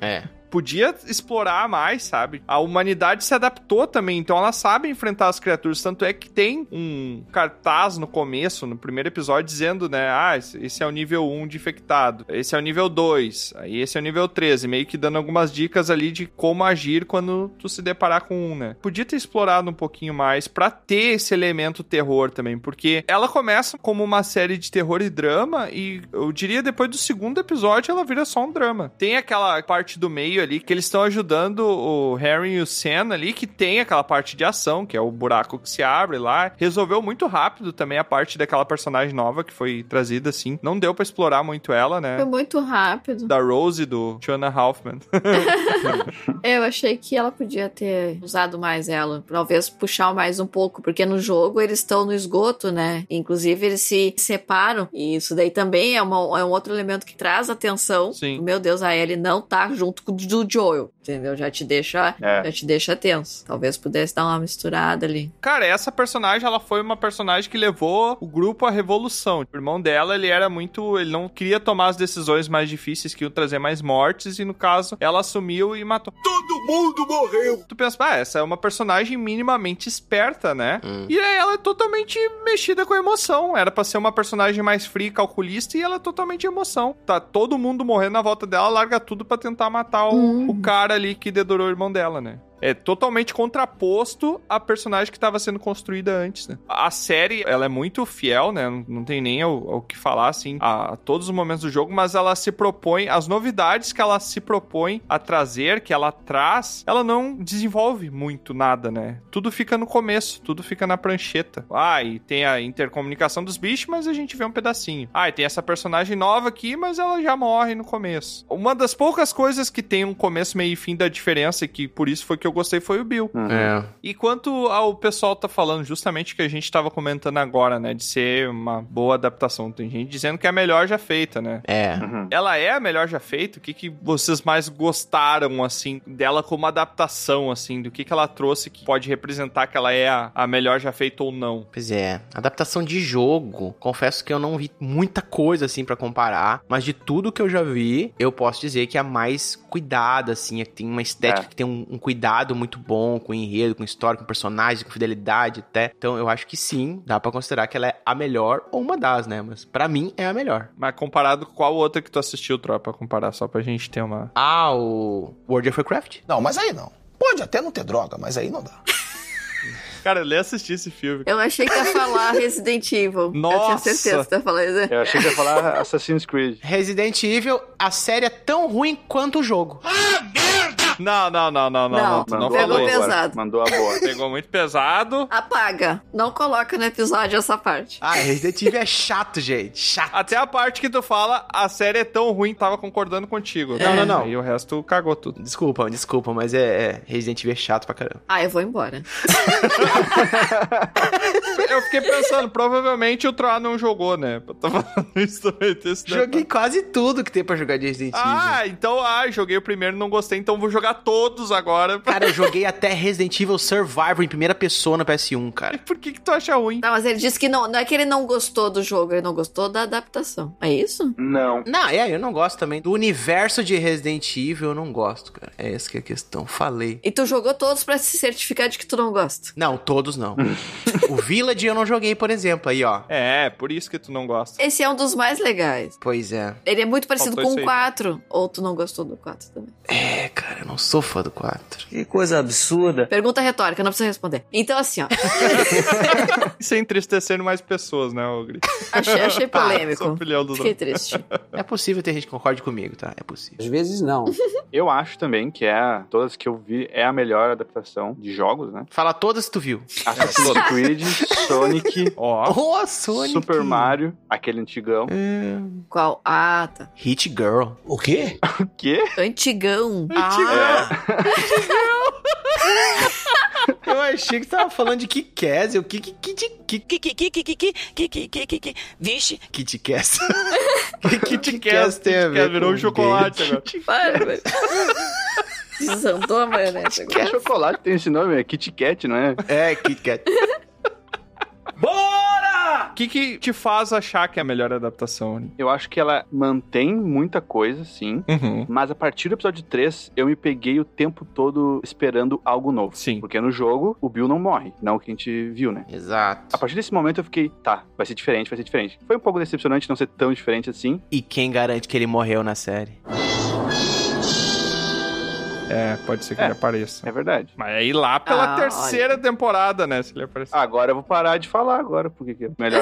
S2: É.
S10: Podia explorar mais, sabe? A humanidade se adaptou também, então ela sabe enfrentar as criaturas. Tanto é que tem um cartaz no começo, no primeiro episódio, dizendo, né? Ah, esse esse é o nível 1 de infectado, esse é o nível 2, aí esse é o nível 13. Meio que dando algumas dicas ali de como agir quando tu se deparar com um, né? Podia ter explorado um pouquinho mais pra ter esse elemento terror também, porque ela começa como uma série de terror e drama e eu diria depois do segundo episódio ela vira só um drama. Tem aquela parte do meio ali que eles estão ajudando o Harry e o Sam ali que tem aquela parte de ação, que é o buraco que se abre lá. Resolveu muito rápido também a parte daquela personagem nova que foi trazida assim. Não deu pra explorar muito ela, né?
S3: Foi muito rápido.
S10: Da Rose e do Jonah Hoffman.
S3: É, Eu achei que ela podia ter usado mais ela, talvez puxar mais um pouco, porque no jogo eles estão no esgoto, né? Inclusive eles se separam, e isso daí também é, uma- é um outro elemento que traz atenção.
S10: Sim.
S3: Meu Deus, a Ellie não tá junto com o do Joel, entendeu? Já te deixa,
S4: É.
S3: já te deixa tenso. Talvez pudesse dar uma misturada ali.
S10: Cara, essa personagem, ela foi uma personagem que levou o grupo à revolução. O irmão dela, ele era muito. Ele não queria tomar as decisões mais difíceis que iam trazer mais mortes, e no caso, ela assumiu e matou.
S8: Todo mundo morreu!
S10: Tu pensa, ah, essa é uma personagem minimamente esperta, né?
S2: Hum.
S10: E aí ela é totalmente mexida com a emoção. Era pra ser uma personagem mais fria, e calculista, e ela é totalmente emoção. Tá todo mundo morrendo na volta dela, larga tudo pra tentar matar o,
S3: Hum.
S10: o cara ali que dedurou o irmão dela, né? É totalmente contraposto à personagem que estava sendo construída antes, né? A série, ela é muito fiel, né? Não, não tem nem o, o que falar, assim, a, a todos os momentos do jogo, mas ela se propõe, as novidades que ela se propõe a trazer, que ela traz, ela não desenvolve muito nada, né? Tudo fica no começo, tudo fica na prancheta. Ah, e tem a intercomunicação dos bichos, mas a gente vê um pedacinho. Ah, e tem essa personagem nova aqui, mas ela já morre no começo. Uma das poucas coisas que tem um começo, meio e fim da diferença, e que por isso foi que eu gostei, foi o Bill.
S4: Uhum.
S2: É.
S10: E quanto ao pessoal tá falando, justamente que a gente tava comentando agora, né? De ser uma boa adaptação. Tem gente dizendo que é a melhor já feita, né?
S2: É.
S4: Uhum.
S10: Ela é a melhor já feita? O que, que vocês mais gostaram, assim, dela como adaptação, assim? Do que, que ela trouxe que pode representar que ela é a, a melhor já feita ou não?
S2: Pois é, adaptação de jogo. Confesso que eu não vi muita coisa assim pra comparar, mas de tudo que eu já vi, eu posso dizer que é a mais cuidada assim, é que tem uma estética
S4: É.
S2: que tem um, um cuidado muito bom com o enredo, com história, com personagens, com fidelidade até. Então eu acho que sim, dá pra considerar que ela é a melhor ou uma das, né? Mas pra mim é a melhor.
S10: Mas comparado com qual outra que tu assistiu, Tropa, comparar, só pra gente ter uma...
S2: Ah, o World of Warcraft?
S13: Não, mas aí não. Pode até não ter droga, mas aí não dá.
S10: Cara, eu assisti esse filme.
S3: Eu achei que ia falar Resident Evil. Eu tinha
S10: Nossa!
S3: certeza que tu ia falar isso.
S4: Eu achei que ia falar Assassin's Creed.
S2: Resident Evil, a série é tão ruim quanto o jogo.
S10: Não, não, não, não, não. Não,
S3: Não,
S10: tu não
S4: a
S3: pegou
S10: falou
S4: boa
S10: isso.
S3: pesado.
S4: agora. Mandou a boa.
S10: Pegou muito pesado.
S3: Apaga. Não coloca no episódio essa parte.
S2: Ah, Resident Evil é chato, gente. Chato.
S10: Até a parte que tu fala, a série é tão ruim, tava concordando contigo.
S2: Não, não, não.
S10: E o resto cagou tudo.
S2: Desculpa, desculpa, mas é, é Resident Evil é chato pra caramba.
S3: Ah, eu vou embora.
S10: Eu fiquei pensando, provavelmente o Troá não jogou, né? Eu tava falando isso também. tem esse detalhe.
S2: Joguei quase tudo que tem pra jogar de Resident Evil.
S10: Ah, então, ah, joguei o primeiro, não gostei, então vou jogar todos agora. *laughs*
S2: Cara, eu joguei até Resident Evil Survivor em primeira pessoa no PS1, cara.
S10: Por que que tu acha ruim?
S3: Tá, mas ele disse que não. Não é que ele não gostou do jogo, ele não gostou da adaptação. É isso?
S10: Hum.
S4: Não.
S2: Não, é, eu não gosto também. Do universo de Resident Evil, eu não gosto, cara. É essa que é a questão. Falei.
S3: E tu jogou todos pra se certificar de que tu não gosta.
S2: Não, todos não. o Village eu não joguei, por exemplo, aí, ó.
S10: É, por isso que tu não gosta.
S3: Esse é um dos mais legais.
S2: Pois é.
S3: Ele é muito parecido
S10: Faltou
S3: com
S10: isso
S3: o
S10: aí.
S3: 4. Ou tu não gostou do 4 também.
S2: É, cara, eu não sou fã do 4.
S13: Que coisa absurda.
S3: Pergunta retórica, não precisa responder. Então, assim, ó.
S10: Isso é entristecendo mais pessoas, né, Ogre? *laughs*
S3: Achei, achei
S10: Sua
S3: polêmico.
S10: opinião do
S3: Fiquei triste.
S2: É possível ter gente que concorde comigo, tá? É possível.
S13: Às vezes não.
S4: Eu acho também que é, todas que eu vi, é a melhor adaptação de
S2: *laughs*
S4: jogos, né?
S2: Fala todas que tu viu.
S4: Assassin's Creed, Sonic,
S10: Ó,
S2: Oh, Sonic!
S4: Super Mario, aquele antigão.
S3: Qual? Ah, tá.
S2: Hit Girl.
S13: O quê?
S4: O quê?
S10: *laughs*
S3: Antigão.
S2: Ah!
S12: é.
S2: *laughs* Eu achei que você tava falando de Kikaz, o que que que que que
S12: Que, que, que, que, que, que, que, que, que, que, que, vixe.
S2: que te quer?
S12: *laughs*
S2: Que que te quer?
S10: Kaz
S2: tem a ver
S10: virou
S2: com
S10: um chocolate agora.
S3: Para, velho. *laughs* Desandou a maionese agora.
S4: Que chocolate tem esse nome? É Kit Kat, não é?
S2: gay? É, Kit Kat.
S10: O que que te faz achar que é a melhor adaptação, Ogre?
S4: Eu acho que ela mantém muita coisa, sim.
S10: Uhum.
S4: Mas a partir do episódio 3, eu me peguei o tempo todo esperando algo novo.
S10: Sim.
S4: Porque no jogo, o Bill não morre. Não o que a gente viu, né? A
S2: Exato.
S4: partir desse momento eu fiquei, tá, vai ser diferente, vai ser diferente. Foi um pouco decepcionante não ser tão diferente assim.
S2: E quem garante que ele morreu na série?
S10: É, pode ser que
S4: É.
S10: ele apareça.
S4: É verdade.
S10: Mas aí lá pela
S3: Ah,
S10: terceira temporada, né, se ele aparecer.
S4: Agora eu vou parar de falar agora, porque que é melhor.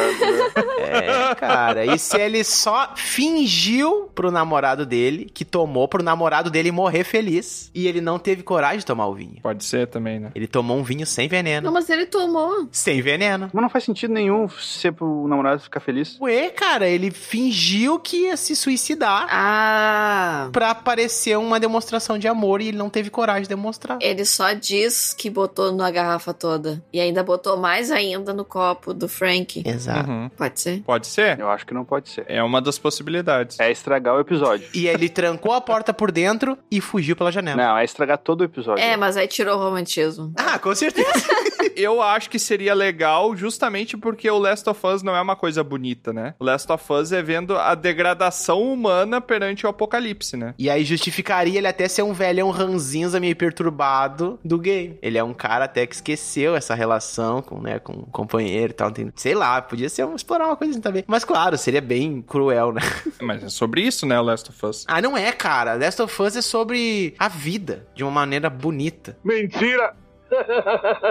S2: É, cara. E se ele só fingiu pro namorado dele, que tomou pro namorado dele morrer feliz, e ele não teve coragem de tomar o vinho?
S10: Pode ser também, né?
S2: Ele tomou um vinho sem veneno.
S3: Não, mas ele tomou.
S2: Sem veneno.
S4: Mas não faz sentido nenhum ser pro namorado ficar feliz.
S2: Ué, cara, ele fingiu que ia se suicidar.
S3: Ah.
S2: pra parecer uma demonstração de amor e ele não teve coragem de demonstrar.
S3: Ele só diz que botou na garrafa toda. E ainda botou mais ainda no copo do Frank.
S2: Exato.
S10: Uhum.
S3: Pode ser?
S10: Pode ser?
S4: Eu acho que não pode ser.
S10: É uma das possibilidades.
S4: É estragar o episódio.
S2: E ele trancou a porta por dentro e fugiu pela janela.
S4: Não, é estragar é todo o episódio.
S3: É, mas aí tirou o romantismo.
S2: Ah, com certeza.
S1: *laughs* eu acho que seria legal justamente porque o Last of Us não é uma coisa bonita, né? O Last of Us é vendo a degradação humana perante o apocalipse, né?
S2: E aí justificaria ele até ser um velhão ranzinza meio perturbado do game. Ele é um cara até que esqueceu essa relação com, né, com o companheiro e tal. tem- Sei lá, podia ser um, explorar uma coisa assim também. Mas claro, seria bem cruel, né?
S1: Mas é sobre isso, né, o Last of Us.
S2: Ah, não é, cara. Last of Us é sobre a vida de uma maneira bonita.
S14: Mentira!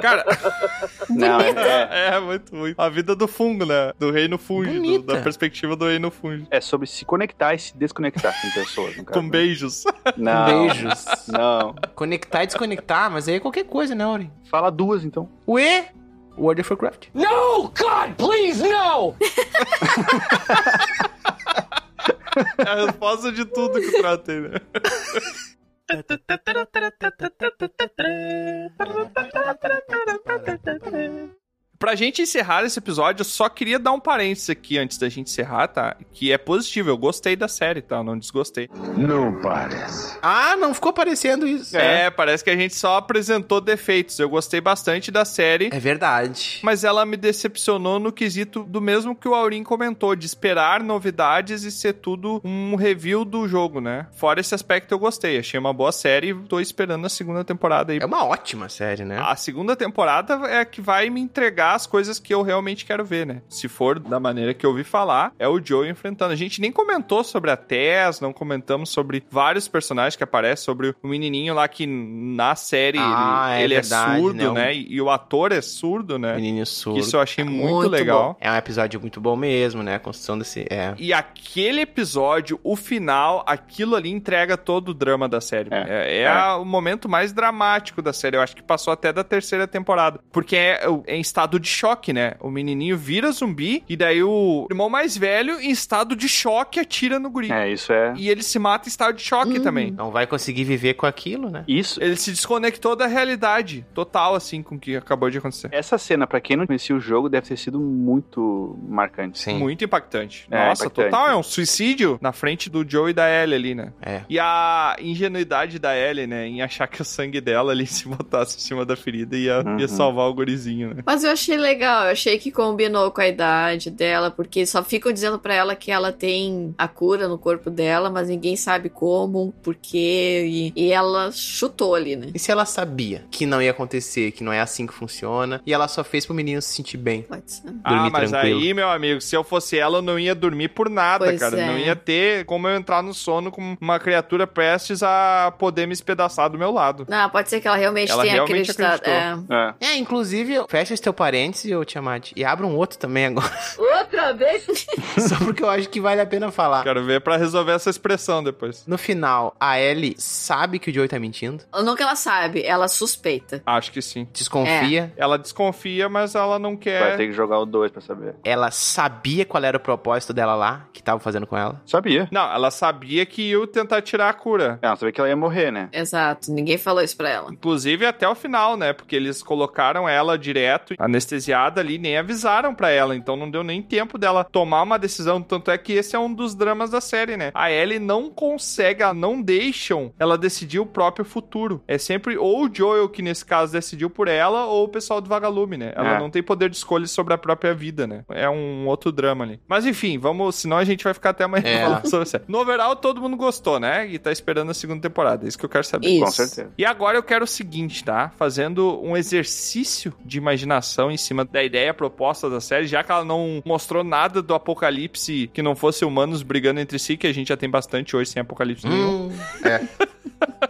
S1: Cara,
S2: Não,
S1: é, é muito, muito. A vida do fungo, né? Do reino fungi, do- da perspectiva do reino fungi.
S4: É sobre se conectar e se desconectar com pessoas, no caso.
S1: Com beijos. *laughs*
S4: Não.
S2: Beijos.
S4: Não.
S2: Conectar e desconectar, mas aí é qualquer coisa, né, Ori?
S4: Fala duas, então.
S2: Ué? World of Warcraft.
S14: No, God, please, no!
S1: É a resposta de tudo que o Prado tem, né? Pra gente encerrar esse episódio, eu só queria dar um parênteses aqui antes da gente encerrar, tá? Que é positivo, eu gostei da série, tá? Eu não desgostei.
S8: Não parece.
S2: Ah, não ficou parecendo isso.
S1: É, parece que a gente só apresentou defeitos. Eu gostei bastante da série.
S2: É verdade.
S1: Mas ela me decepcionou no quesito do mesmo que o Aurim comentou, de esperar novidades e ser tudo um review do jogo, né? Fora esse aspecto, eu gostei. Achei uma boa série e tô esperando a segunda temporada aí.
S2: É uma ótima série, né?
S1: A segunda temporada é a que vai me entregar as coisas que eu realmente quero ver, né? Se for da maneira que eu ouvi falar, é o Joe enfrentando. A gente nem comentou sobre a Tess, não comentamos sobre vários personagens que aparecem, sobre o menininho lá que na série
S2: Ah,
S1: ele,
S2: é
S1: ele
S2: verdade,
S1: é surdo,
S2: né?
S1: né?
S2: Um-
S1: E o ator é surdo, né?
S2: Menino surdo.
S1: Isso eu achei muito,
S2: Muito
S1: legal.
S2: bom. É um episódio muito bom mesmo, né? A construção desse. É.
S1: E aquele episódio, o final, aquilo ali entrega todo o drama da série. É, é
S2: É.
S1: a- o momento mais dramático da série. Eu acho que passou até da terceira temporada. Porque é, é em estado de choque, né? O menininho vira zumbi e daí o irmão mais velho, em estado de choque, atira no guri.
S4: É, isso é.
S1: E ele se mata em estado de choque também.
S2: Não vai conseguir viver com aquilo, né?
S4: Isso.
S1: Ele se desconectou da realidade total, assim, com o que acabou de acontecer.
S4: Essa cena, pra quem não conhecia o jogo, deve ter sido muito marcante.
S2: Sim.
S1: Muito impactante.
S4: É,
S1: Nossa,
S4: impactante.
S1: total. É um suicídio na frente do Joe e da Ellie ali, né?
S2: É.
S1: E a ingenuidade da Ellie, né? Em achar que o sangue dela ali *laughs* se botasse em cima da ferida ia, ia salvar o gurizinho, né?
S3: Mas eu achei legal, eu achei que combinou com a idade dela, porque só ficam dizendo pra ela que ela tem a cura no corpo dela, mas ninguém sabe como, por quê, e, e ela chutou ali, né?
S2: E se ela sabia que não ia acontecer, que não é assim que funciona, e ela só fez pro menino se sentir bem?
S3: Pode ser.
S1: ah, mas aí, meu amigo, se eu fosse ela, eu não ia dormir por nada,
S3: Pois
S1: cara.
S3: é.
S1: Não ia ter como eu entrar no sono com uma criatura prestes a poder me espedaçar do meu lado.
S3: Não, pode ser que ela realmente
S1: Ela
S3: tenha
S1: realmente
S3: acreditado.
S1: acreditou.
S4: É.
S2: É, inclusive, eu- fecha esse teu parênteses, ô Tiamat, e abre um outro também agora. *laughs*
S3: Outra vez?
S2: só porque eu acho que vale a pena falar.
S1: Quero ver pra resolver essa expressão depois.
S2: No final, a Ellie sabe que o Joey tá mentindo,
S3: Não que ela sabe, ela suspeita.
S1: Acho que sim.
S2: desconfia,
S10: É.
S1: Ela desconfia, mas ela não
S4: Vai
S1: quer.
S4: ter que jogar o 2 pra saber.
S2: ela sabia qual era o propósito dela lá, que tava fazendo com ela.
S4: Sabia.
S1: Não, ela sabia que ia tentar tirar a cura.
S4: Ela sabia que ela ia morrer, né?
S3: Exato, ninguém falou isso pra ela.
S1: Inclusive até o final, né? Porque eles colocaram ela direto, anestesiada ali, nem avisaram pra ela. Então não deu nem tempo dela tomar uma decisão. Tanto é que esse é um dos dramas da série, né? A Ellie não consegue, ela não deixam ela decidir o próprio futuro. É sempre ou o Joel, que nesse caso decidiu por ela, ou o pessoal do Vagalume, né? Ela
S4: É.
S1: não tem poder de escolha sobre a própria vida, né? É um outro drama ali. Mas enfim, vamos. Senão a gente vai ficar até amanhã
S2: É.
S1: *laughs* falando sobre a série. No overall, todo mundo gostou, né? E tá esperando a segunda temporada. É isso que eu quero saber.
S3: Isso.
S4: Com certeza.
S1: E agora eu quero o seguinte, tá? Fazendo um exercício de imaginação em cima da ideia proposta da série, já que ela não mostrou nada do apocalipse que não fosse humanos brigando entre si, que a gente já tem bastante hoje sem apocalipse nenhum.
S2: Hum, é.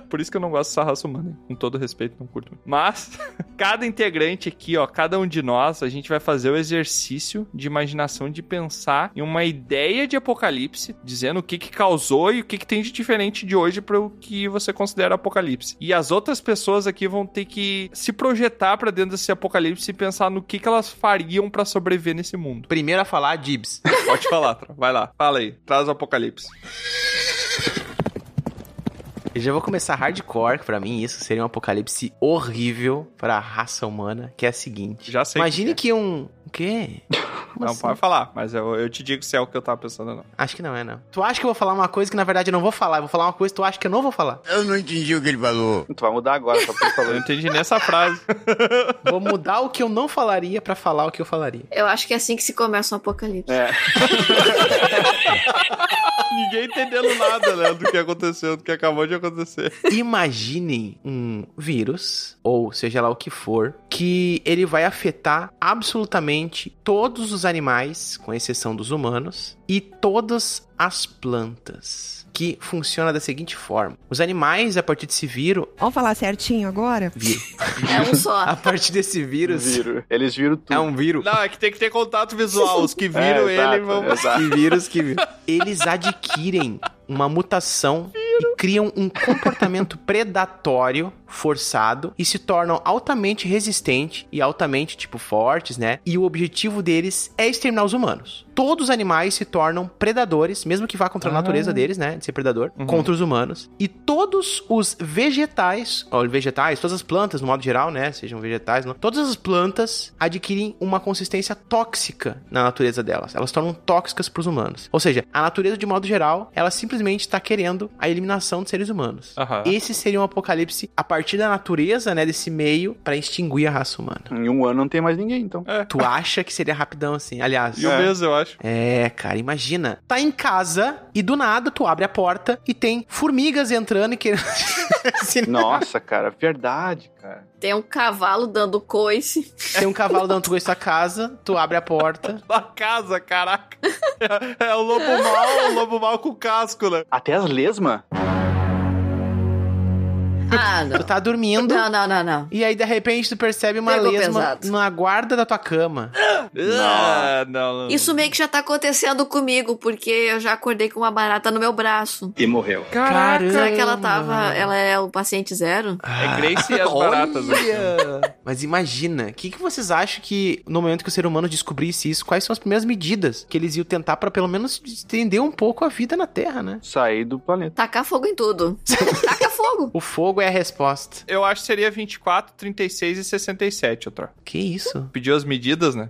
S1: Por isso que eu não gosto dessa raça humana, hein? com todo respeito, não curto. muito. Mas *laughs* cada integrante aqui, ó, cada um de nós, a gente vai fazer o exercício de imaginação de pensar em uma ideia de apocalipse, dizendo o que que causou e o que que tem de diferente de hoje para o que você considera apocalipse. E as outras pessoas aqui vão ter que se projetar para dentro desse apocalipse e pensar no que que elas fariam para sobreviver nesse mundo.
S2: Primeiro a falar, Dibs.
S1: Pode falar, Tra. vai lá. Fala aí, traz o apocalipse.
S2: Eu já vou começar hardcore, que pra mim isso seria um apocalipse horrível pra raça humana, que é a seguinte.
S1: Já sei.
S2: Imagine que um. O quê?
S1: é. não
S2: assim?
S1: pode falar, mas eu, eu te digo se é o que eu tava pensando ou não.
S2: Acho que não é, não. Tu acha que eu vou falar uma coisa que na verdade eu não vou falar? Eu vou falar uma coisa que tu acha que eu não vou falar.
S1: Eu não entendi o que ele falou.
S4: Então, Tu vai mudar agora, só porque
S2: *laughs*
S4: falou.
S1: Eu não entendi nessa frase.
S2: Vou mudar o que eu não falaria pra falar o que eu falaria.
S3: Eu acho que é assim que se começa um apocalipse.
S1: *laughs* Ninguém entendendo nada, né, do que aconteceu, do que acabou de acontecer.
S2: Imaginem um vírus, ou seja lá o que for, que ele vai afetar absolutamente todos os animais, com exceção dos humanos, e todas as plantas. Que funciona da seguinte forma: os animais, a partir desse vírus. *laughs*
S10: Vamos falar certinho agora?
S3: É um só.
S2: A partir desse vírus.
S4: Viro. Eles viram tudo.
S2: É um vírus.
S1: Não, é que tem que ter contato visual. Os que viram ele
S4: É, exato,
S1: vão.
S4: exato.
S2: Que vírus, que vírus. Eles adquirem uma mutação e criam um comportamento predatório forçado e se tornam altamente resistentes e altamente, tipo, fortes, né? E o objetivo deles é exterminar os humanos. Todos os animais se tornam predadores, mesmo que vá contra a
S1: Ah.
S2: natureza deles, né? De ser predador, contra os humanos. E todos os vegetais, ó, vegetais, todas as plantas, no modo geral, né? Sejam vegetais, não. Todas as plantas adquirem uma consistência tóxica na natureza delas. Elas tornam tóxicas para os humanos. Ou seja, a natureza, de modo geral, ela simplesmente está querendo a eliminação de seres humanos.
S1: Aham.
S2: Esse seria um apocalipse a partir da natureza, né? Desse meio, para extinguir a raça humana.
S4: Em um ano não tem mais
S2: *laughs*
S4: ninguém, então.
S1: É.
S2: Tu acha que seria rapidão assim? Aliás.
S1: E o mesmo, eu acho.
S2: É, cara, imagina. Tá em casa e do nada tu abre a porta e tem formigas entrando e querendo. *laughs* Assim,
S4: Nossa, cara, verdade, cara.
S3: Tem um cavalo dando coice.
S2: Tem um cavalo dando com essa casa, tu abre a porta.
S1: Da casa, caraca. É, é o lobo mal, o lobo mal com casco, né?
S4: Até as lesmas?
S3: Ah,
S2: Tu
S3: não.
S2: tá dormindo.
S3: Não, não, não, não.
S2: E aí, de repente, tu percebe uma
S3: Pegou
S2: lesma
S3: pesado.
S2: na guarda da tua cama.
S1: Ah, não, não.
S3: Isso meio que já tá acontecendo comigo, porque eu já acordei com uma barata no meu braço.
S15: E morreu.
S2: Caraca!
S3: Será que ela tava. Ela é o paciente zero?
S1: É Grace e as baratas. né?
S2: Olha! Mas imagina, o que, que vocês acham que, no momento que o ser humano descobrisse isso, quais são as primeiras medidas que eles iam tentar pra pelo menos estender um pouco a vida na Terra, né?
S4: Saí do planeta.
S3: Tacar fogo em tudo. Taca fogo!
S2: O fogo é a resposta.
S1: Eu acho que seria 24, 36 e 67, outra.
S2: Que isso?
S1: Pediu as medidas, né?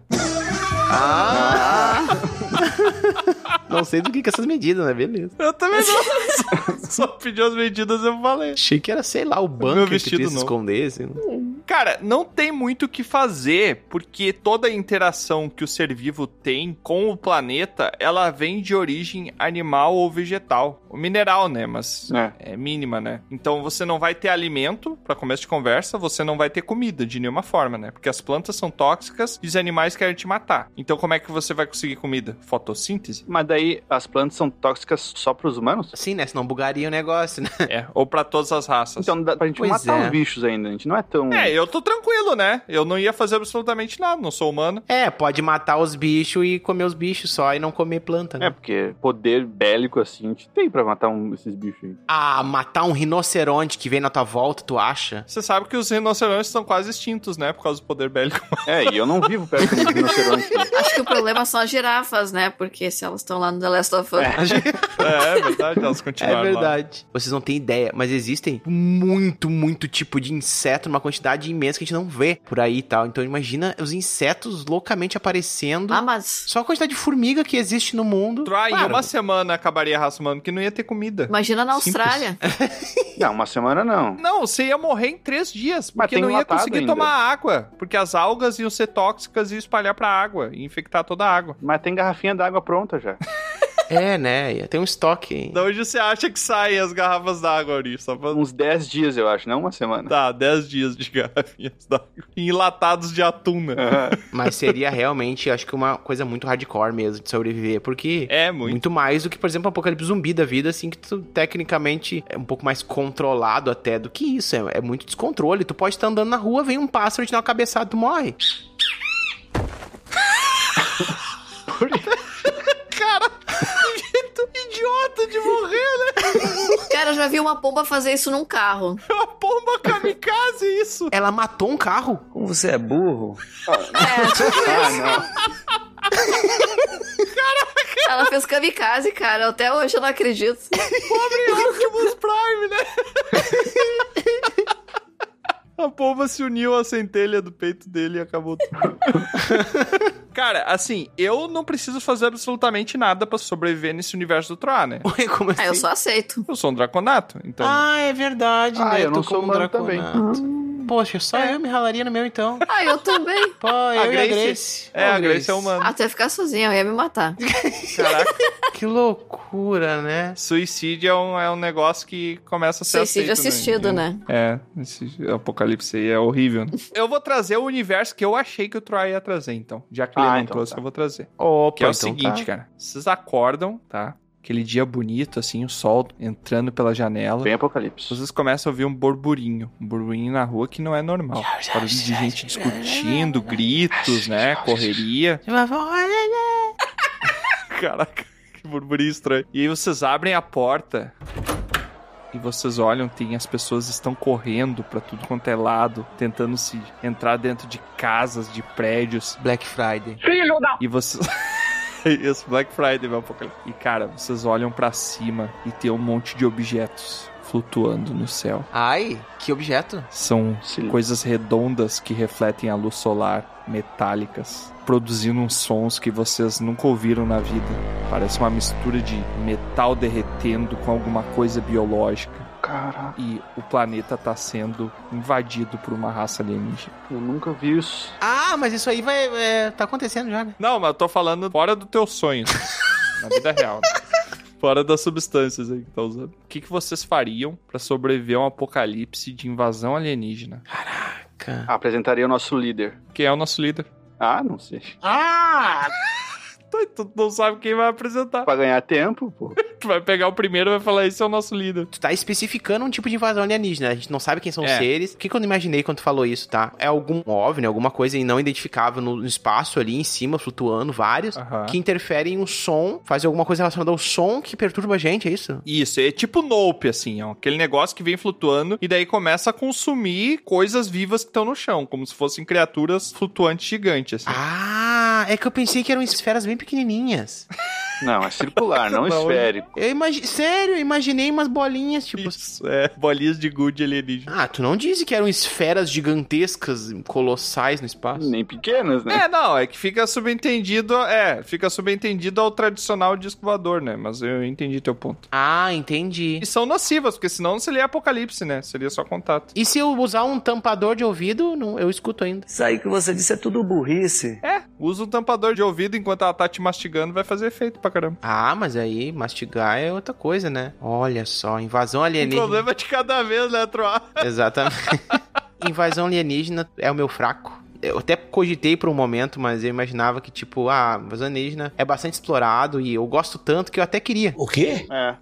S2: Não sei do que, que essas medidas, né? Beleza.
S1: Eu também não. *laughs* Só pediu as medidas, eu falei.
S2: Achei que era, sei lá, o
S1: Meu
S2: banco que
S1: vestido
S2: tu ia se
S1: novo.
S2: esconder. Assim.
S1: Cara, não tem muito o que fazer, porque toda a interação que o ser vivo tem com o planeta, ela vem de origem animal ou vegetal. O mineral, né? Mas
S4: É.
S1: é mínima, né? Então você não vai ter alimento, pra começo de conversa, você não vai ter comida de nenhuma forma, né? Porque as plantas são tóxicas e os animais querem te matar. Então como é que você vai conseguir comida?
S4: *laughs*
S1: Fotossíntese?
S4: Mas daí as plantas são tóxicas só pros humanos?
S2: Sim, né? Senão bugaria o negócio, né?
S1: é, ou pra todas as raças.
S4: Então dá pra gente
S2: Pois
S4: matar
S2: é.
S4: os bichos ainda. A gente não é tão.
S1: É, eu tô tranquilo, né? Eu não ia fazer absolutamente nada, não sou humano.
S2: É, pode matar os bichos e comer os bichos só e não comer planta, né?
S4: É, porque poder bélico assim, a gente tem pra matar um- esses bichos aí.
S2: Ah, matar um rinoceronte que vem na tua volta, tu acha?
S1: Você sabe que os rinocerontes estão quase extintos, né? Por causa do poder bélico.
S4: É, e eu não vivo perto de um rinoceronte.
S3: Acho que o problema são as girafas, né? Porque se elas estão lá no The Last of Us.
S1: *laughs* É, é verdade, elas
S2: *laughs* É
S1: continuaram lá.
S2: verdade. Vocês não têm ideia, mas existem muito, muito tipo de inseto, uma quantidade imensa que a gente não vê por aí e tal. Então imagina os insetos loucamente aparecendo.
S3: Ah, mas.
S2: Só a quantidade de formiga que existe no mundo.
S1: Troy, em
S2: Claro.
S1: uma semana acabaria a raça humana, que não ia ter comida.
S3: Imagina na
S1: Simples.
S3: Austrália.
S4: Não, uma semana não.
S1: Não, você ia morrer em três dias,
S4: Mas
S1: porque
S4: tem
S1: não ia
S4: enlatado
S1: conseguir
S4: ainda.
S1: tomar água. Porque as algas iam ser tóxicas e espalhar pra água, e infectar toda a água.
S4: Mas tem garrafinha d'água pronta já.
S2: É, né? Tem um estoque. hein?
S1: Da onde você acha que saem as garrafas d'água, Ori? Só pra...
S4: Uns 10 dias, eu acho, não uma *laughs* semana.
S1: Tá, 10 dias de *laughs* garrafinhas d'água. Enlatados de atum, né?
S4: Ah,
S2: Mas seria realmente, acho que uma coisa muito hardcore mesmo de sobreviver. Porque
S1: É, muito.
S2: Muito mais do que, por exemplo, o apocalipse zumbi da vida, assim, que tu tecnicamente é um pouco mais controlado até do que isso. É, é muito descontrole. Tu pode estar andando na rua, vem um pássaro te dá uma cabeçada, tu morre.
S1: *laughs* Cara, que jeito idiota de morrer, né?
S3: Cara, eu já vi uma pomba fazer isso num carro.
S1: Uma pomba kamikaze, isso.
S2: Ela matou um carro?
S16: Como você é burro?
S3: É,
S4: Ah,
S3: Ela fez kamikaze, cara. Até hoje eu não acredito.
S1: Optimus Prime, né? A pomba se uniu à centelha do peito dele e acabou tudo. *laughs* Cara, assim, eu não preciso fazer absolutamente nada pra sobreviver nesse universo do Troá, né?
S3: Ah, eu só aceito.
S1: Eu sou um draconato, então.
S2: assim? Ah, é verdade, né?
S1: Ah, eu
S2: tô
S1: não sou
S2: como
S1: humano
S2: draconato. Poxa, só
S3: É.
S2: eu me ralaria no meu então.
S3: Ah, eu também.
S1: *laughs*
S2: Pô, eu e a Grace.
S1: É,
S2: Ô,
S1: a Grace é humana.
S3: Até ficar sozinha, eu Ah, ia me matar.
S2: Que loucura, né?
S1: Suicídio é um, é um negócio que começa a ser
S3: Suicídio
S1: aceito,
S3: assistido, né?
S1: É, esse apocalipse aí é horrível. Né? eu vou trazer o universo que eu achei que o Troy ia trazer, então. Já que ele
S2: Ah,
S1: não
S2: então
S1: trouxe,
S2: tá.
S1: eu vou trazer.
S2: Opa,
S1: que é o
S2: então
S1: seguinte,
S2: tá.
S1: cara. Vocês acordam, tá? Aquele dia bonito, assim, o sol entrando pela janela.
S4: Bem apocalipse.
S1: Vocês começam a ouvir um burburinho. Um burburinho na rua que não é normal. Barulho de gente discutindo, gritos, né? Correria. Caraca, *laughs* que burburinho estranho. E aí vocês abrem a porta e vocês olham, tem as pessoas estão correndo pra tudo quanto é lado, tentando se entrar dentro de casas, de prédios.
S2: Black Friday.
S17: Filho da.
S1: E vocês *laughs* Esse Black Friday, meu apocalipse. E cara, vocês olham pra cima e tem um monte de objetos flutuando no céu.
S2: Ai, que objeto.
S1: São
S4: Sim.
S1: coisas redondas que refletem a luz solar, metálicas, produzindo uns sons que vocês nunca ouviram na vida. Parece uma mistura de metal derretendo com alguma coisa biológica.
S4: Caraca,
S1: E o planeta tá sendo invadido por uma raça alienígena.
S4: eu nunca vi isso.
S2: Ah, mas isso aí vai. é, tá acontecendo já, né?
S1: Não, mas eu tô falando fora do teu sonho. *laughs* na vida real. né? Fora das substâncias aí que tá usando. O que, que vocês fariam pra sobreviver a um apocalipse de invasão alienígena?
S4: Apresentaria o nosso líder.
S1: Quem é o nosso líder?
S4: Ah, não sei.
S2: Ah!
S1: Tu- Tu não sabe quem vai apresentar.
S4: Pra ganhar tempo, pô.
S1: Tu vai pegar o primeiro e vai falar: esse é o nosso líder.
S2: Tu tá especificando um tipo de invasão alienígena. A gente não sabe quem são os
S1: É.
S2: seres. O que, que eu não imaginei quando tu falou isso, tá? É algum OVNI, alguma coisa não identificável no no espaço ali em cima, flutuando, vários,
S1: Aham.
S2: que interferem em um som, fazem alguma coisa relacionada ao som que perturba a gente, é isso?
S1: Isso, é tipo nope, assim, ó. Aquele negócio que vem flutuando e daí começa a consumir coisas vivas que estão no chão, como se fossem criaturas flutuantes gigantes, assim.
S2: Ah, é que eu pensei que eram esferas bem pequenininhas.
S4: Não, é circular, *laughs* não,
S1: Não,
S4: esférico.
S2: Eu imagi... Sério, eu imaginei umas bolinhas, tipo...
S1: Isso, é. Bolinhas de gude alienígena.
S2: Ah, tu não disse que eram esferas gigantescas, colossais no espaço?
S4: Nem pequenas, né?
S1: *laughs* É, não, é que fica subentendido, é, fica subentendido ao tradicional disco voador, né? Mas eu entendi teu ponto.
S2: Ah, entendi.
S1: E são nocivas, porque senão não seria apocalipse, né? Seria só contato.
S2: E se eu usar um tampador de ouvido, não, eu escuto ainda.
S8: Isso aí que você disse é tudo burrice.
S1: É, usa um tampador de ouvido enquanto ela tá te mastigando, vai fazer efeito pra caramba.
S2: Ah, mas aí mastigar é outra coisa, né? Olha só, invasão
S1: O
S2: alienígena.
S1: problema é de cada vez, né, Troá?
S2: *laughs* Exatamente. invasão alienígena é o meu fraco. Eu até cogitei por um momento, mas eu imaginava que, tipo, ah, invasão alienígena é bastante explorado e eu gosto tanto que eu até queria.
S8: O quê?
S4: É.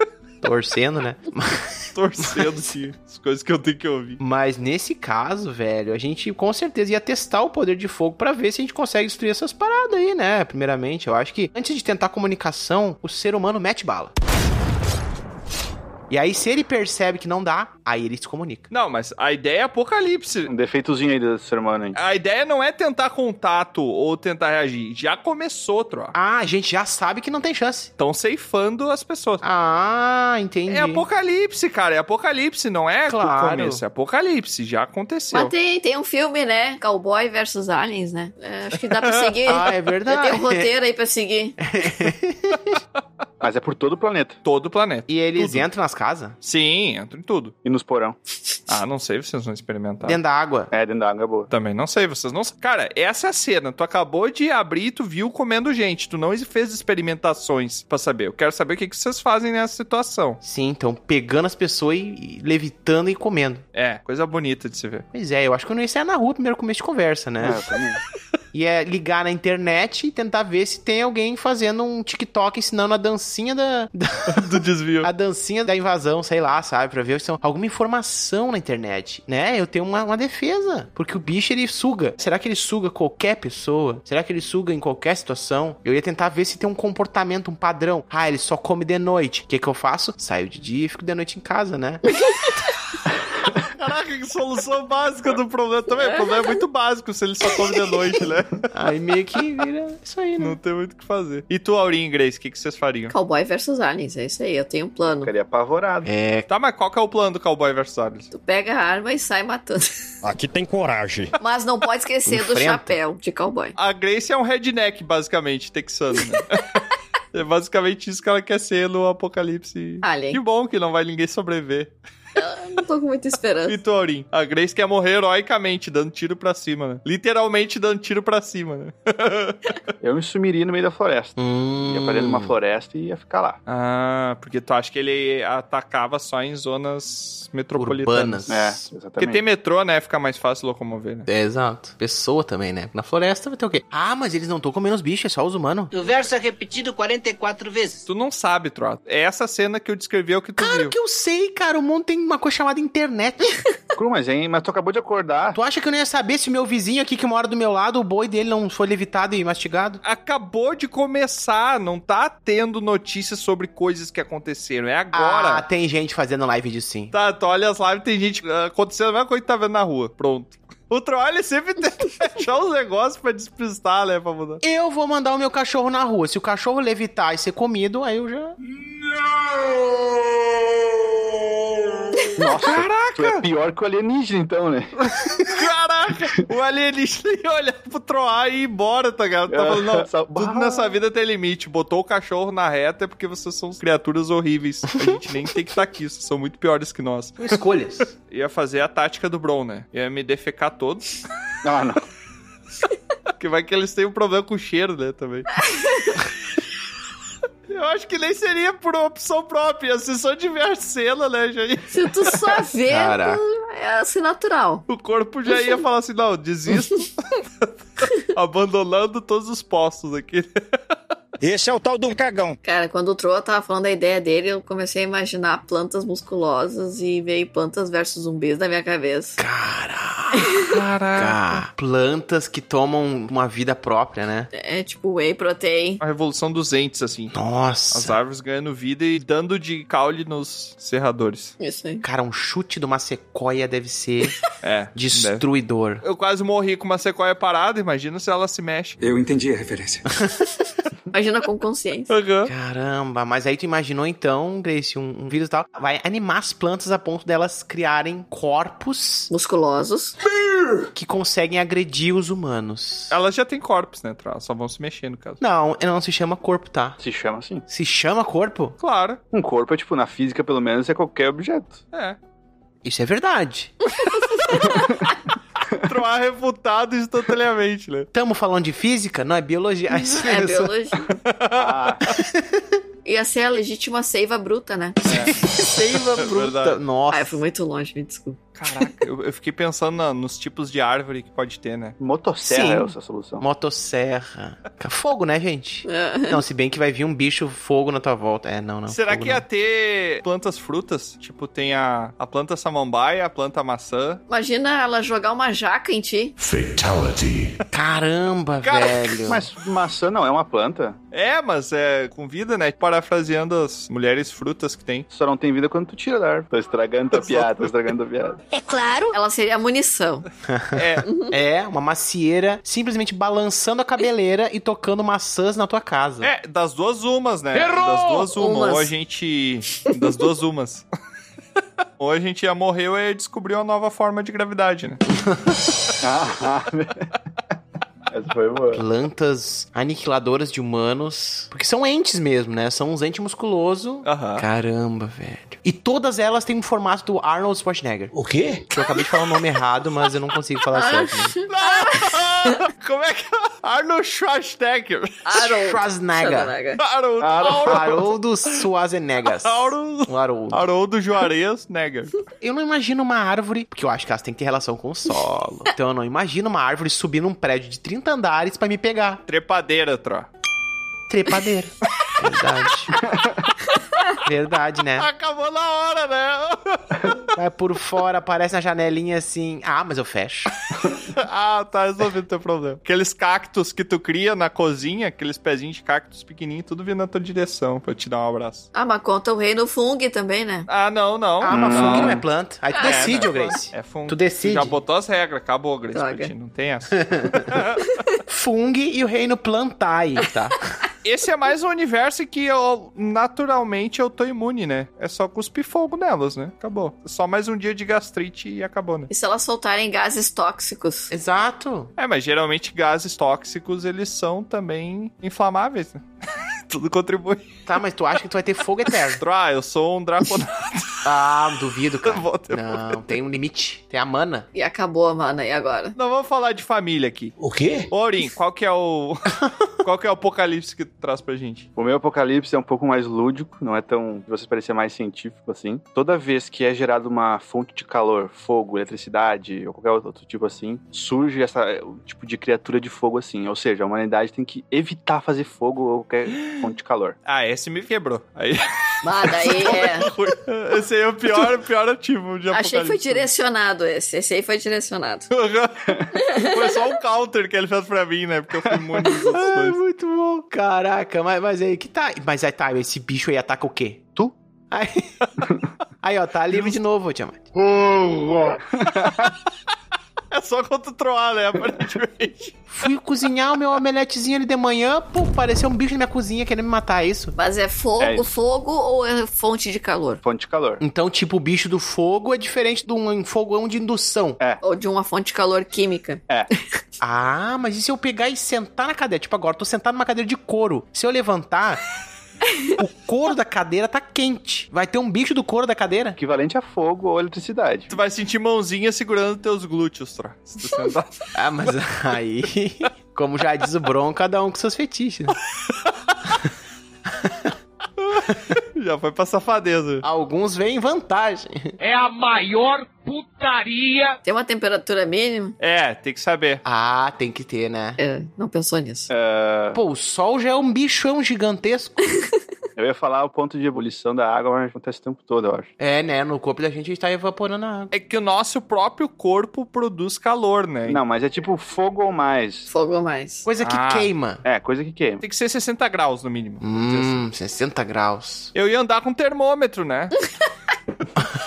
S2: Torcendo, né?
S1: *laughs* Torcendo, sim. As coisas que eu tenho que ouvir.
S2: Mas nesse caso, velho, a gente com certeza ia testar o poder de fogo pra ver se a gente consegue destruir essas paradas aí, né? Primeiramente, eu acho que antes de tentar comunicação, o ser humano mete bala. E aí, se ele percebe que não dá, aí ele se comunica.
S1: Não, mas a ideia é apocalipse.
S4: Um defeitozinho aí do ser humano, hein?
S1: A ideia não é tentar contato ou tentar reagir. Já começou, troca.
S2: Ah, a gente já sabe que não tem chance.
S1: Estão ceifando as pessoas.
S2: Ah, entendi.
S1: É apocalipse, cara. É apocalipse, não é
S2: Claro.
S1: começo. É apocalipse, já aconteceu.
S3: Mas tem, tem um filme, né? Cowboy versus Aliens, né? É, acho que dá pra
S2: *laughs*
S3: seguir.
S2: Ah, é
S3: *laughs* Eu tenho um
S2: verdade.
S3: roteiro aí pra
S2: *laughs*
S3: seguir.
S4: Mas é por todo o planeta.
S1: Todo o planeta.
S2: E eles
S1: Tudo.
S2: entram nas casas?
S1: Sim, entra em tudo.
S4: E nos porão.
S1: Ah, não sei, vocês vão experimentar.
S2: Dentro da água.
S4: É, dentro da água é boa.
S1: Também não sei, vocês não. Cara, essa é a cena. Tu acabou de abrir, tu viu comendo gente. Tu não fez experimentações pra saber. Eu quero saber o que, que vocês fazem nessa situação.
S2: Sim, então pegando as pessoas e e levitando e comendo.
S1: É, coisa bonita de se ver. *laughs*
S2: Pois é, eu acho que eu não ia sair na rua primeiro começo de conversa, né?
S4: É, também.
S2: E é ligar na internet e tentar ver se tem alguém fazendo um TikTok ensinando a dancinha da, da-
S1: Do desvio.
S2: a dancinha da invasão, sei lá, sabe? Pra ver se tem alguma informação na internet, né? Eu tenho uma, uma defesa. Porque o bicho, ele suga. Será que ele suga qualquer pessoa? Será que ele suga em qualquer situação? Eu ia tentar ver se tem um comportamento, um padrão. Ah, ele só come de noite. O que que eu faço? Saio de dia e fico de noite em casa, né?
S1: Caraca, que solução básica do problema também. O problema é muito básico se ele só come de noite, né?
S2: Aí meio que vira isso aí, né?
S1: Não tem muito o que fazer. E tu, Aurinha e Grace, o que, que vocês fariam?
S3: Cowboy versus aliens, é isso aí, eu tenho um plano.
S4: Ficaria apavorado.
S2: É.
S1: Tá, mas qual que é o plano do Cowboy versus aliens?
S3: Tu pega a arma e sai matando. *laughs*
S18: Aqui tem coragem.
S3: Mas não pode esquecer do
S2: Enfrenta.
S3: chapéu de cowboy.
S1: A Grace é um redneck, basicamente, texano, né? É basicamente isso que ela quer ser no apocalipse.
S3: Alien.
S1: Que bom que não vai ninguém sobreviver.
S3: Eu não tô com muita esperança.
S2: *laughs*
S1: E tu, Aurim? A Grace quer morrer heroicamente, dando tiro pra cima, né? Literalmente dando tiro pra cima, né?
S4: Eu me sumiria no meio da floresta.
S2: Hum.
S4: Ia parar numa floresta e ia ficar lá.
S1: Ah, porque tu acha que ele atacava só em zonas metropolitanas.
S2: Urbanas.
S4: É,
S1: Porque tem
S4: exatamente.
S1: metrô, né? Fica mais fácil locomover, né?
S2: É, exato. Pessoa também, né? Na floresta vai ter o quê? Ah, mas eles não estão comendo os bichos, é só os humanos.
S10: O verso é repetido 44 vezes.
S1: Tu não sabe, Troa. É essa cena que eu descrevi é o que tu
S2: Claro
S1: viu.
S2: que eu sei, cara. O mundo tem uma coisa chamada *laughs* internet.
S4: Cru, mas, hein? Mas tu acabou de acordar.
S2: tu acha que eu não ia saber se o meu vizinho aqui que mora do meu lado, o boi dele não foi levitado e mastigado?
S1: Acabou de começar, não tá tendo notícias sobre coisas que aconteceram. É agora.
S2: Ah, tem gente fazendo live disso sim.
S1: Tá, tu olha as lives, tem gente ah, acontecendo a mesma coisa que tá vendo na rua. Pronto. O Troll ele sempre tenta *laughs* achar os negócios pra despistar, né, pra mudar.
S2: Eu vou mandar o meu cachorro na rua. Se o cachorro levitar e ser comido, aí eu já.
S4: Nossa, tu é pior que o alienígena, então, né?
S1: Caraca! O alienígena ia olhar pro Troar e ir embora, tá ligado? Tá falando, não,
S4: Essa-
S1: tudo nessa vida tem limite. Botou o cachorro na reta é porque vocês são criaturas horríveis. A gente nem tem que estar aqui, vocês são muito piores que nós.
S2: *laughs* Escolhas.
S1: Ia fazer a tática do Bron, né? Ia me defecar todos.
S4: Ah, não.
S1: Que vai que eles têm um problema com o cheiro, né, também. *laughs* Eu acho que nem seria por opção própria, ia ser só de ver a cena, né, já ia-
S3: Se tu só vê,
S2: Caraca.
S3: tu- é assim natural.
S1: O corpo já ia falar assim, não, desisto. *laughs* Abandonando todos os postos aqui. né?
S18: Esse é o tal do cagão.
S3: Cara, quando o Troa tava falando a ideia dele, eu comecei a imaginar plantas musculosas e veio plantas versus zumbis na minha cabeça.
S1: Caraca.
S2: Cá. Plantas que tomam uma vida própria, né?
S3: É tipo whey protein.
S1: A revolução dos entes, assim. As
S2: Nossa.
S1: árvores ganhando vida e dando de caule nos serradores.
S3: Isso aí.
S2: Cara, um chute de uma sequoia *laughs* deve ser
S1: É. deve.
S2: destruidor.
S1: Eu quase morri com uma sequoia parada, imagina se ela se mexe.
S8: Eu entendi a referência.
S3: Imagina
S1: *laughs*
S3: com consciência.
S1: Aham.
S2: Caramba, mas aí tu imaginou então, Grace, um, um vírus e tal, vai animar as plantas a ponto delas criarem corpos
S3: Musculosos.
S2: que conseguem agredir os humanos.
S1: Elas já têm corpos, né, Tra? Só vão se mexer, no caso.
S2: Não, ela não se chama corpo, tá?
S4: Se chama assim.
S2: Se chama corpo?
S1: Claro,
S4: Um corpo é, tipo, na física, pelo menos, é qualquer objeto.
S1: é.
S2: Isso é verdade.
S1: Troar refutado instantaneamente, né?
S2: Tamo falando de física? Não, é biologia. Ah, isso
S3: É
S2: isso. *laughs*
S3: biologia.
S4: Ah,
S3: Ia ser a legítima seiva bruta, né?
S2: Seiva bruta.
S1: verdade.
S2: É Nossa.
S3: Ah, eu fui muito longe, me desculpa.
S1: Caraca, eu, eu fiquei pensando na- nos tipos de árvore que pode ter, né?
S4: motosserra
S2: Sim.
S4: é essa solução.
S2: Motosserra. Fogo, né, gente?
S3: É.
S2: Não, se bem que vai vir um bicho fogo na tua volta. É, não, não.
S1: Será
S2: fogo
S1: que
S2: não.
S1: ia ter plantas frutas? Tipo, tem a, a planta samambaia, a planta maçã.
S3: Imagina ela jogar uma jaca em ti.
S7: Fatality.
S2: Caramba,
S1: Cara,
S2: velho.
S4: Mas maçã não é uma planta.
S1: É, mas é com vida, né? Parafraseando as mulheres frutas que tem.
S4: Só não tem vida quando tu tira da árvore. Tô estragando tua piada, tô estragando tua piada.
S9: É claro.
S3: Ela seria a munição.
S1: É,
S2: É, uma macieira simplesmente balançando a cabeleira e tocando maçãs na tua casa.
S1: é, das duas umas, né?
S19: Errou!
S1: Das duas uma.
S3: Umas.
S1: Ou a gente. Das duas *laughs* umas. Ou a gente ia morrer ou ia descobrir uma nova forma de gravidade, né?
S4: Ah, *laughs* essa foi boa.
S2: Plantas aniquiladoras de humanos. Porque são entes mesmo, né? São uns entes musculoso.
S1: Aham.
S2: Caramba, velho. E todas elas têm um formato do Arnold Schwarzenegger.
S8: O quê?
S2: Eu acabei de falar o nome errado, mas eu não consigo falar certo. né?
S1: *laughs* Como é que é? Arnold Schwarzenegger.
S3: Aaron.
S2: Schwarzenegger.
S1: Harold.
S2: Haroldo Schwarzenegger.
S1: Harold.
S2: O Haroldo.
S1: Haroldo Juarez Neger.
S2: Eu não imagino uma árvore, porque eu acho que elas têm que ter relação com o solo. Então eu não imagino uma árvore subir num prédio de 30 andares pra me pegar.
S1: Trepadeira, tro.
S2: Trepadeira. Verdade. *laughs* Verdade, né?
S1: Acabou na hora, né?
S2: Vai por fora, aparece na janelinha assim. Ah, mas eu fecho.
S1: *laughs* ah, tá resolvido o teu problema. Aqueles cactos que tu cria na cozinha, aqueles pezinhos de cactos pequenininhos, tudo vindo na tua direção pra eu te dar um abraço.
S3: Ah, mas conta o rei no Fung também, né?
S1: Ah, não, não.
S2: Ah, mas fungo não é planta. Aí tu decide, ô Grace.
S1: É fungo.
S2: Tu decide.
S1: Já botou as regras, acabou, Grace, pra
S3: Droga.
S1: ti, Não tem essa.
S2: Fung e o reino plantai, tá?
S1: Esse é mais um universo que eu, naturalmente, eu tô imune, né? É só cuspir fogo nelas, né? Acabou. Só mais um dia de gastrite e acabou, né?
S3: E se elas soltarem gases tóxicos?
S2: Exato.
S1: É, mas geralmente gases tóxicos, eles são também inflamáveis, né? *laughs* Tudo contribui.
S2: Tá, mas tu acha que tu vai ter fogo eterno?
S1: Ah, eu sou um draconato.
S2: *laughs* Ah, duvido, cara.
S1: Vou ter-
S2: Não, tem um limite. Tem a mana.
S3: E acabou a mana, e agora?
S1: Não vamos falar de família aqui.
S20: O quê?
S1: Orin, qual que é o... *laughs* qual que é o apocalipse que tu traz pra gente?
S4: O meu apocalipse é um pouco mais lúdico, não é tão. de você parecer mais científico assim. Toda vez que é gerada uma fonte de calor, fogo, eletricidade ou qualquer outro tipo assim, surge essa o tipo de criatura de fogo assim. Ou seja, a humanidade tem que evitar fazer fogo ou qualquer fonte de calor.
S1: Ah, esse me quebrou. Aí... *laughs*
S3: Ah, *laughs* daí é.
S1: Esse aí é o pior, o pior ativo de apocalipse.
S3: Achei que foi direcionado esse. Esse aí foi direcionado.
S1: foi só um counter que ele fez pra mim, né? Porque eu fui imune dos outros
S2: Ai,
S3: *laughs*
S1: dois.
S2: muito bom. Caraca, mas, mas aí que tá. Mas aí tá, esse bicho aí ataca o quê? Tu? Aí, *laughs* aí ó, tá livre de novo, ô Tiamat.
S1: É só quando troar, né? Aparentemente.
S2: Fui cozinhar o meu omeletezinho ali de manhã, pô, pareceu um bicho na minha cozinha querendo me matar, é isso?
S3: Mas é fogo,
S4: É isso.
S3: fogo ou é fonte de calor?
S4: Fonte de calor.
S2: Então, tipo, o bicho do fogo é diferente de um fogão de indução.
S3: Ou de uma fonte de calor química?
S2: Ah, mas e se eu pegar e sentar na cadeira? Tipo, agora eu tô sentado numa cadeira de couro. Se eu *laughs* levantar, o couro da cadeira tá quente. Vai ter um bicho do couro da cadeira?
S4: Equivalente a fogo ou eletricidade.
S1: Tu vai sentir mãozinha segurando teus glúteos, Tro. Se tu sentar.
S2: Ah, mas *laughs* aí. Como já diz o Bron, cada um com seus fetiches. né?
S1: *laughs* Já foi pra safadeza.
S2: Alguns veem vantagem.
S21: É a maior putaria.
S3: Tem uma temperatura mínima?
S1: É, tem que saber.
S2: Ah, tem que ter, né?
S3: É, não pensou nisso.
S2: Pô, o sol já é um bichão gigantesco.
S4: Eu ia falar o ponto de ebulição da água, mas acontece o tempo todo, eu acho.
S2: É, né? No corpo da gente a gente tá evaporando a água.
S1: É que o nosso próprio corpo produz calor, né?
S4: Não, mas é tipo fogo ou mais.
S3: Fogo ou mais.
S2: Coisa que
S1: Ah.
S2: queima.
S4: É, coisa que queima.
S1: Tem que ser 60 graus no mínimo.
S2: Hum, 60 graus.
S1: Eu ia andar com termômetro, né?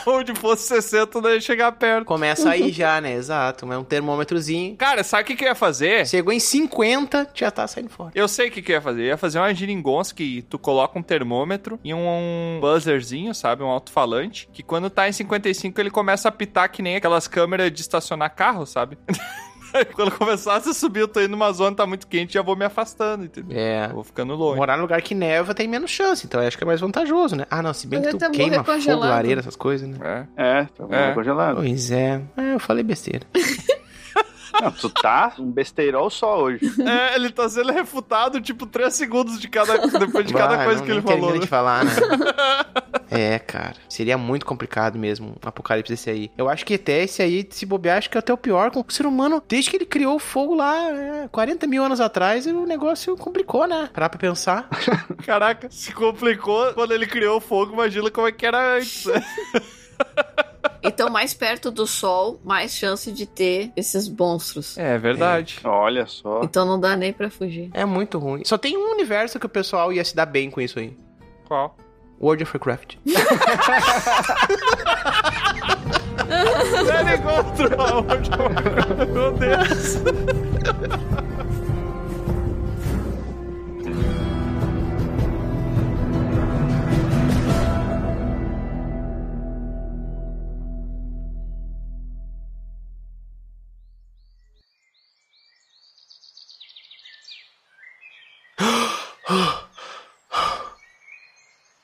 S1: Onde fosse 60, daí chegar perto.
S2: Começa aí já, né? Exato. Mas um termômetrozinho.
S1: Cara, sabe o que, que eu ia fazer?
S2: Chegou em 50, já tá saindo fora.
S1: Eu sei o que, que eu ia fazer. Eu ia fazer uma geringonça que tu coloca um termômetro e um buzzerzinho, sabe? Um alto-falante. Que quando tá em 55, ele começa a pitar que nem aquelas câmeras de estacionar carro, sabe? *laughs* quando começasse a subir, eu tô indo numa zona, tá muito quente, já vou me afastando, entendeu?
S2: É.
S1: Vou ficando longe.
S2: Morar num lugar que neva tem menos chance, então eu acho que é mais vantajoso, né? Ah, não, se bem
S3: Mas
S2: que
S3: eu
S2: tu
S3: tô
S2: queima
S3: morrer
S2: fogo,
S3: congelado.
S2: lareira, essas coisas, né?
S1: É.
S4: É, tá
S1: É.
S4: congelado.
S2: Pois é. Ah, eu falei besteira.
S4: Não, tu tá um besteirol só hoje.
S1: É, ele tá sendo refutado, tipo, 3 segundos de cada, depois de cada
S2: Ah,
S1: coisa
S2: não-
S1: que ele
S2: nem termina
S1: falou.
S2: de
S1: Né? *laughs*
S2: falar, né? é, cara. Seria muito complicado mesmo um apocalipse desse aí. Eu acho que até esse aí, se bobear, acho que é até o pior. com O ser humano, desde que ele criou o fogo lá, é, 40 mil anos atrás, o negócio complicou, né? Parar pra pensar.
S1: Caraca, se complicou quando ele criou o fogo, imagina como é que era antes. né?
S3: Então, mais perto do sol, mais chance de ter esses monstros.
S1: É verdade.
S4: Olha só.
S3: Então não dá nem pra fugir.
S2: É muito ruim. Só tem um universo que o pessoal ia se dar bem com isso aí.
S1: Qual?
S2: World of Warcraft.
S1: Ele encontrou Meu Deus.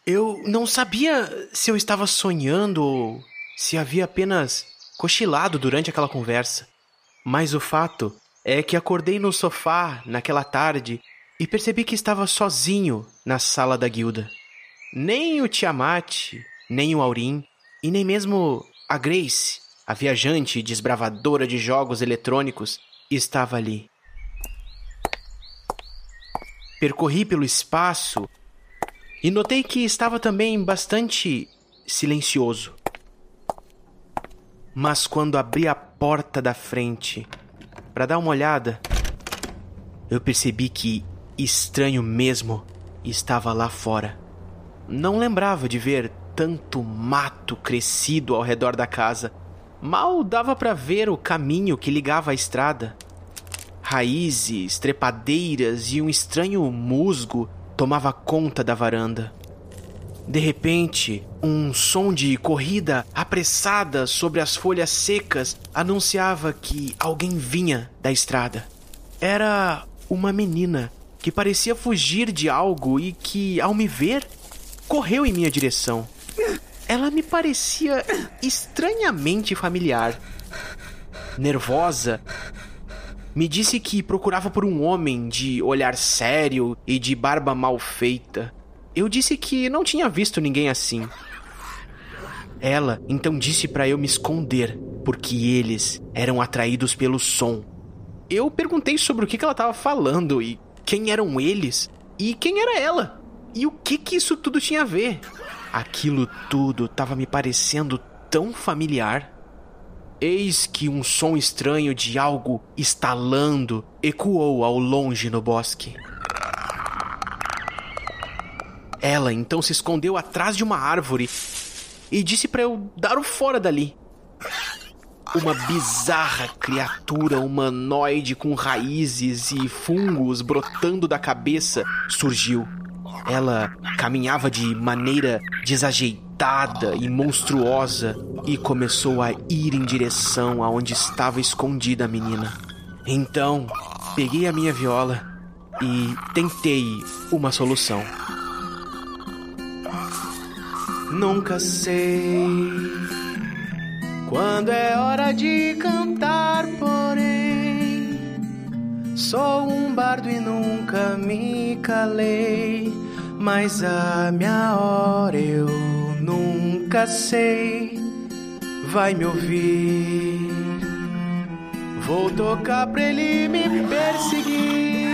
S2: Eu não sabia se eu estava sonhando ou se havia apenas cochilado durante aquela conversa. Mas o fato é que acordei no sofá naquela tarde e percebi que estava sozinho na sala da guilda. Nem o Tiamat, nem o Aurim e nem mesmo a Grace, a viajante e desbravadora de jogos eletrônicos, estava ali. Percorri pelo espaço E notei que estava também bastante silencioso. Mas quando abri a porta da frente para dar uma olhada, eu percebi que estranho mesmo estava lá fora. Não lembrava de ver tanto mato crescido ao redor da casa. Mal dava para ver o caminho que ligava a estrada. Raízes, trepadeiras e um estranho musgo tomava conta da varanda. De repente, um som de corrida apressada sobre as folhas secas anunciava que alguém vinha da estrada. Era uma menina que parecia fugir de algo e que, ao me ver, correu em minha direção. Ela me parecia estranhamente familiar. Nervosa, me disse que procurava por um homem de olhar sério e de barba mal feita. Eu disse que não tinha visto ninguém assim. Ela então disse para eu me esconder, porque eles eram atraídos pelo som. Eu perguntei sobre o que que ela estava falando e quem eram eles e quem era ela e o que que isso tudo tinha a ver. Aquilo tudo estava me parecendo tão familiar. Eis que um som estranho de algo estalando ecoou ao longe no bosque. Ela então se escondeu atrás de uma árvore e disse para eu dar o fora dali. Uma bizarra criatura humanoide com raízes e fungos brotando da cabeça surgiu. Ela caminhava de maneira desajeitada e monstruosa e começou a ir em direção aonde estava escondida a menina. Então, peguei a minha viola e tentei uma solução. Nunca sei quando é hora de cantar, porém sou um bardo e nunca me calei, mas a minha hora eu nunca sei. Vai me ouvir. Vou tocar pra ele me perseguir.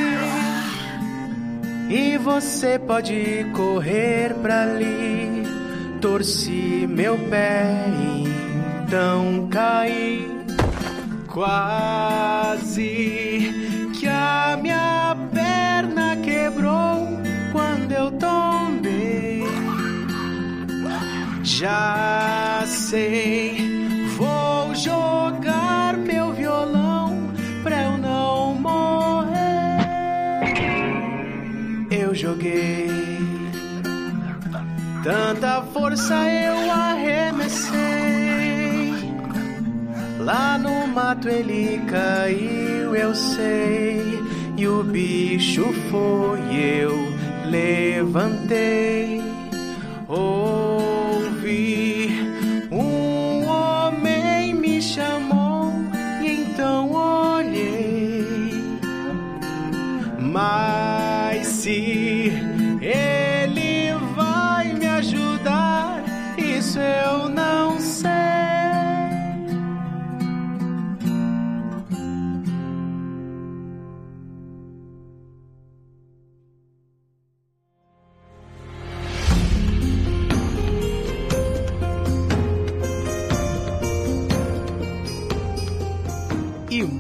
S2: E você pode correr pra ali. Torci meu pé, então caí. Quase que a minha perna quebrou quando eu tombei. Já sei, vou jogar meu violão pra eu não morrer. Eu joguei, tanta força eu arremessei. Lá no mato ele caiu, eu sei. E o bicho foi, eu levantei. Ouvi um homem me chamou, e então olhei. Mas se ele vai me ajudar, isso eu não sei. E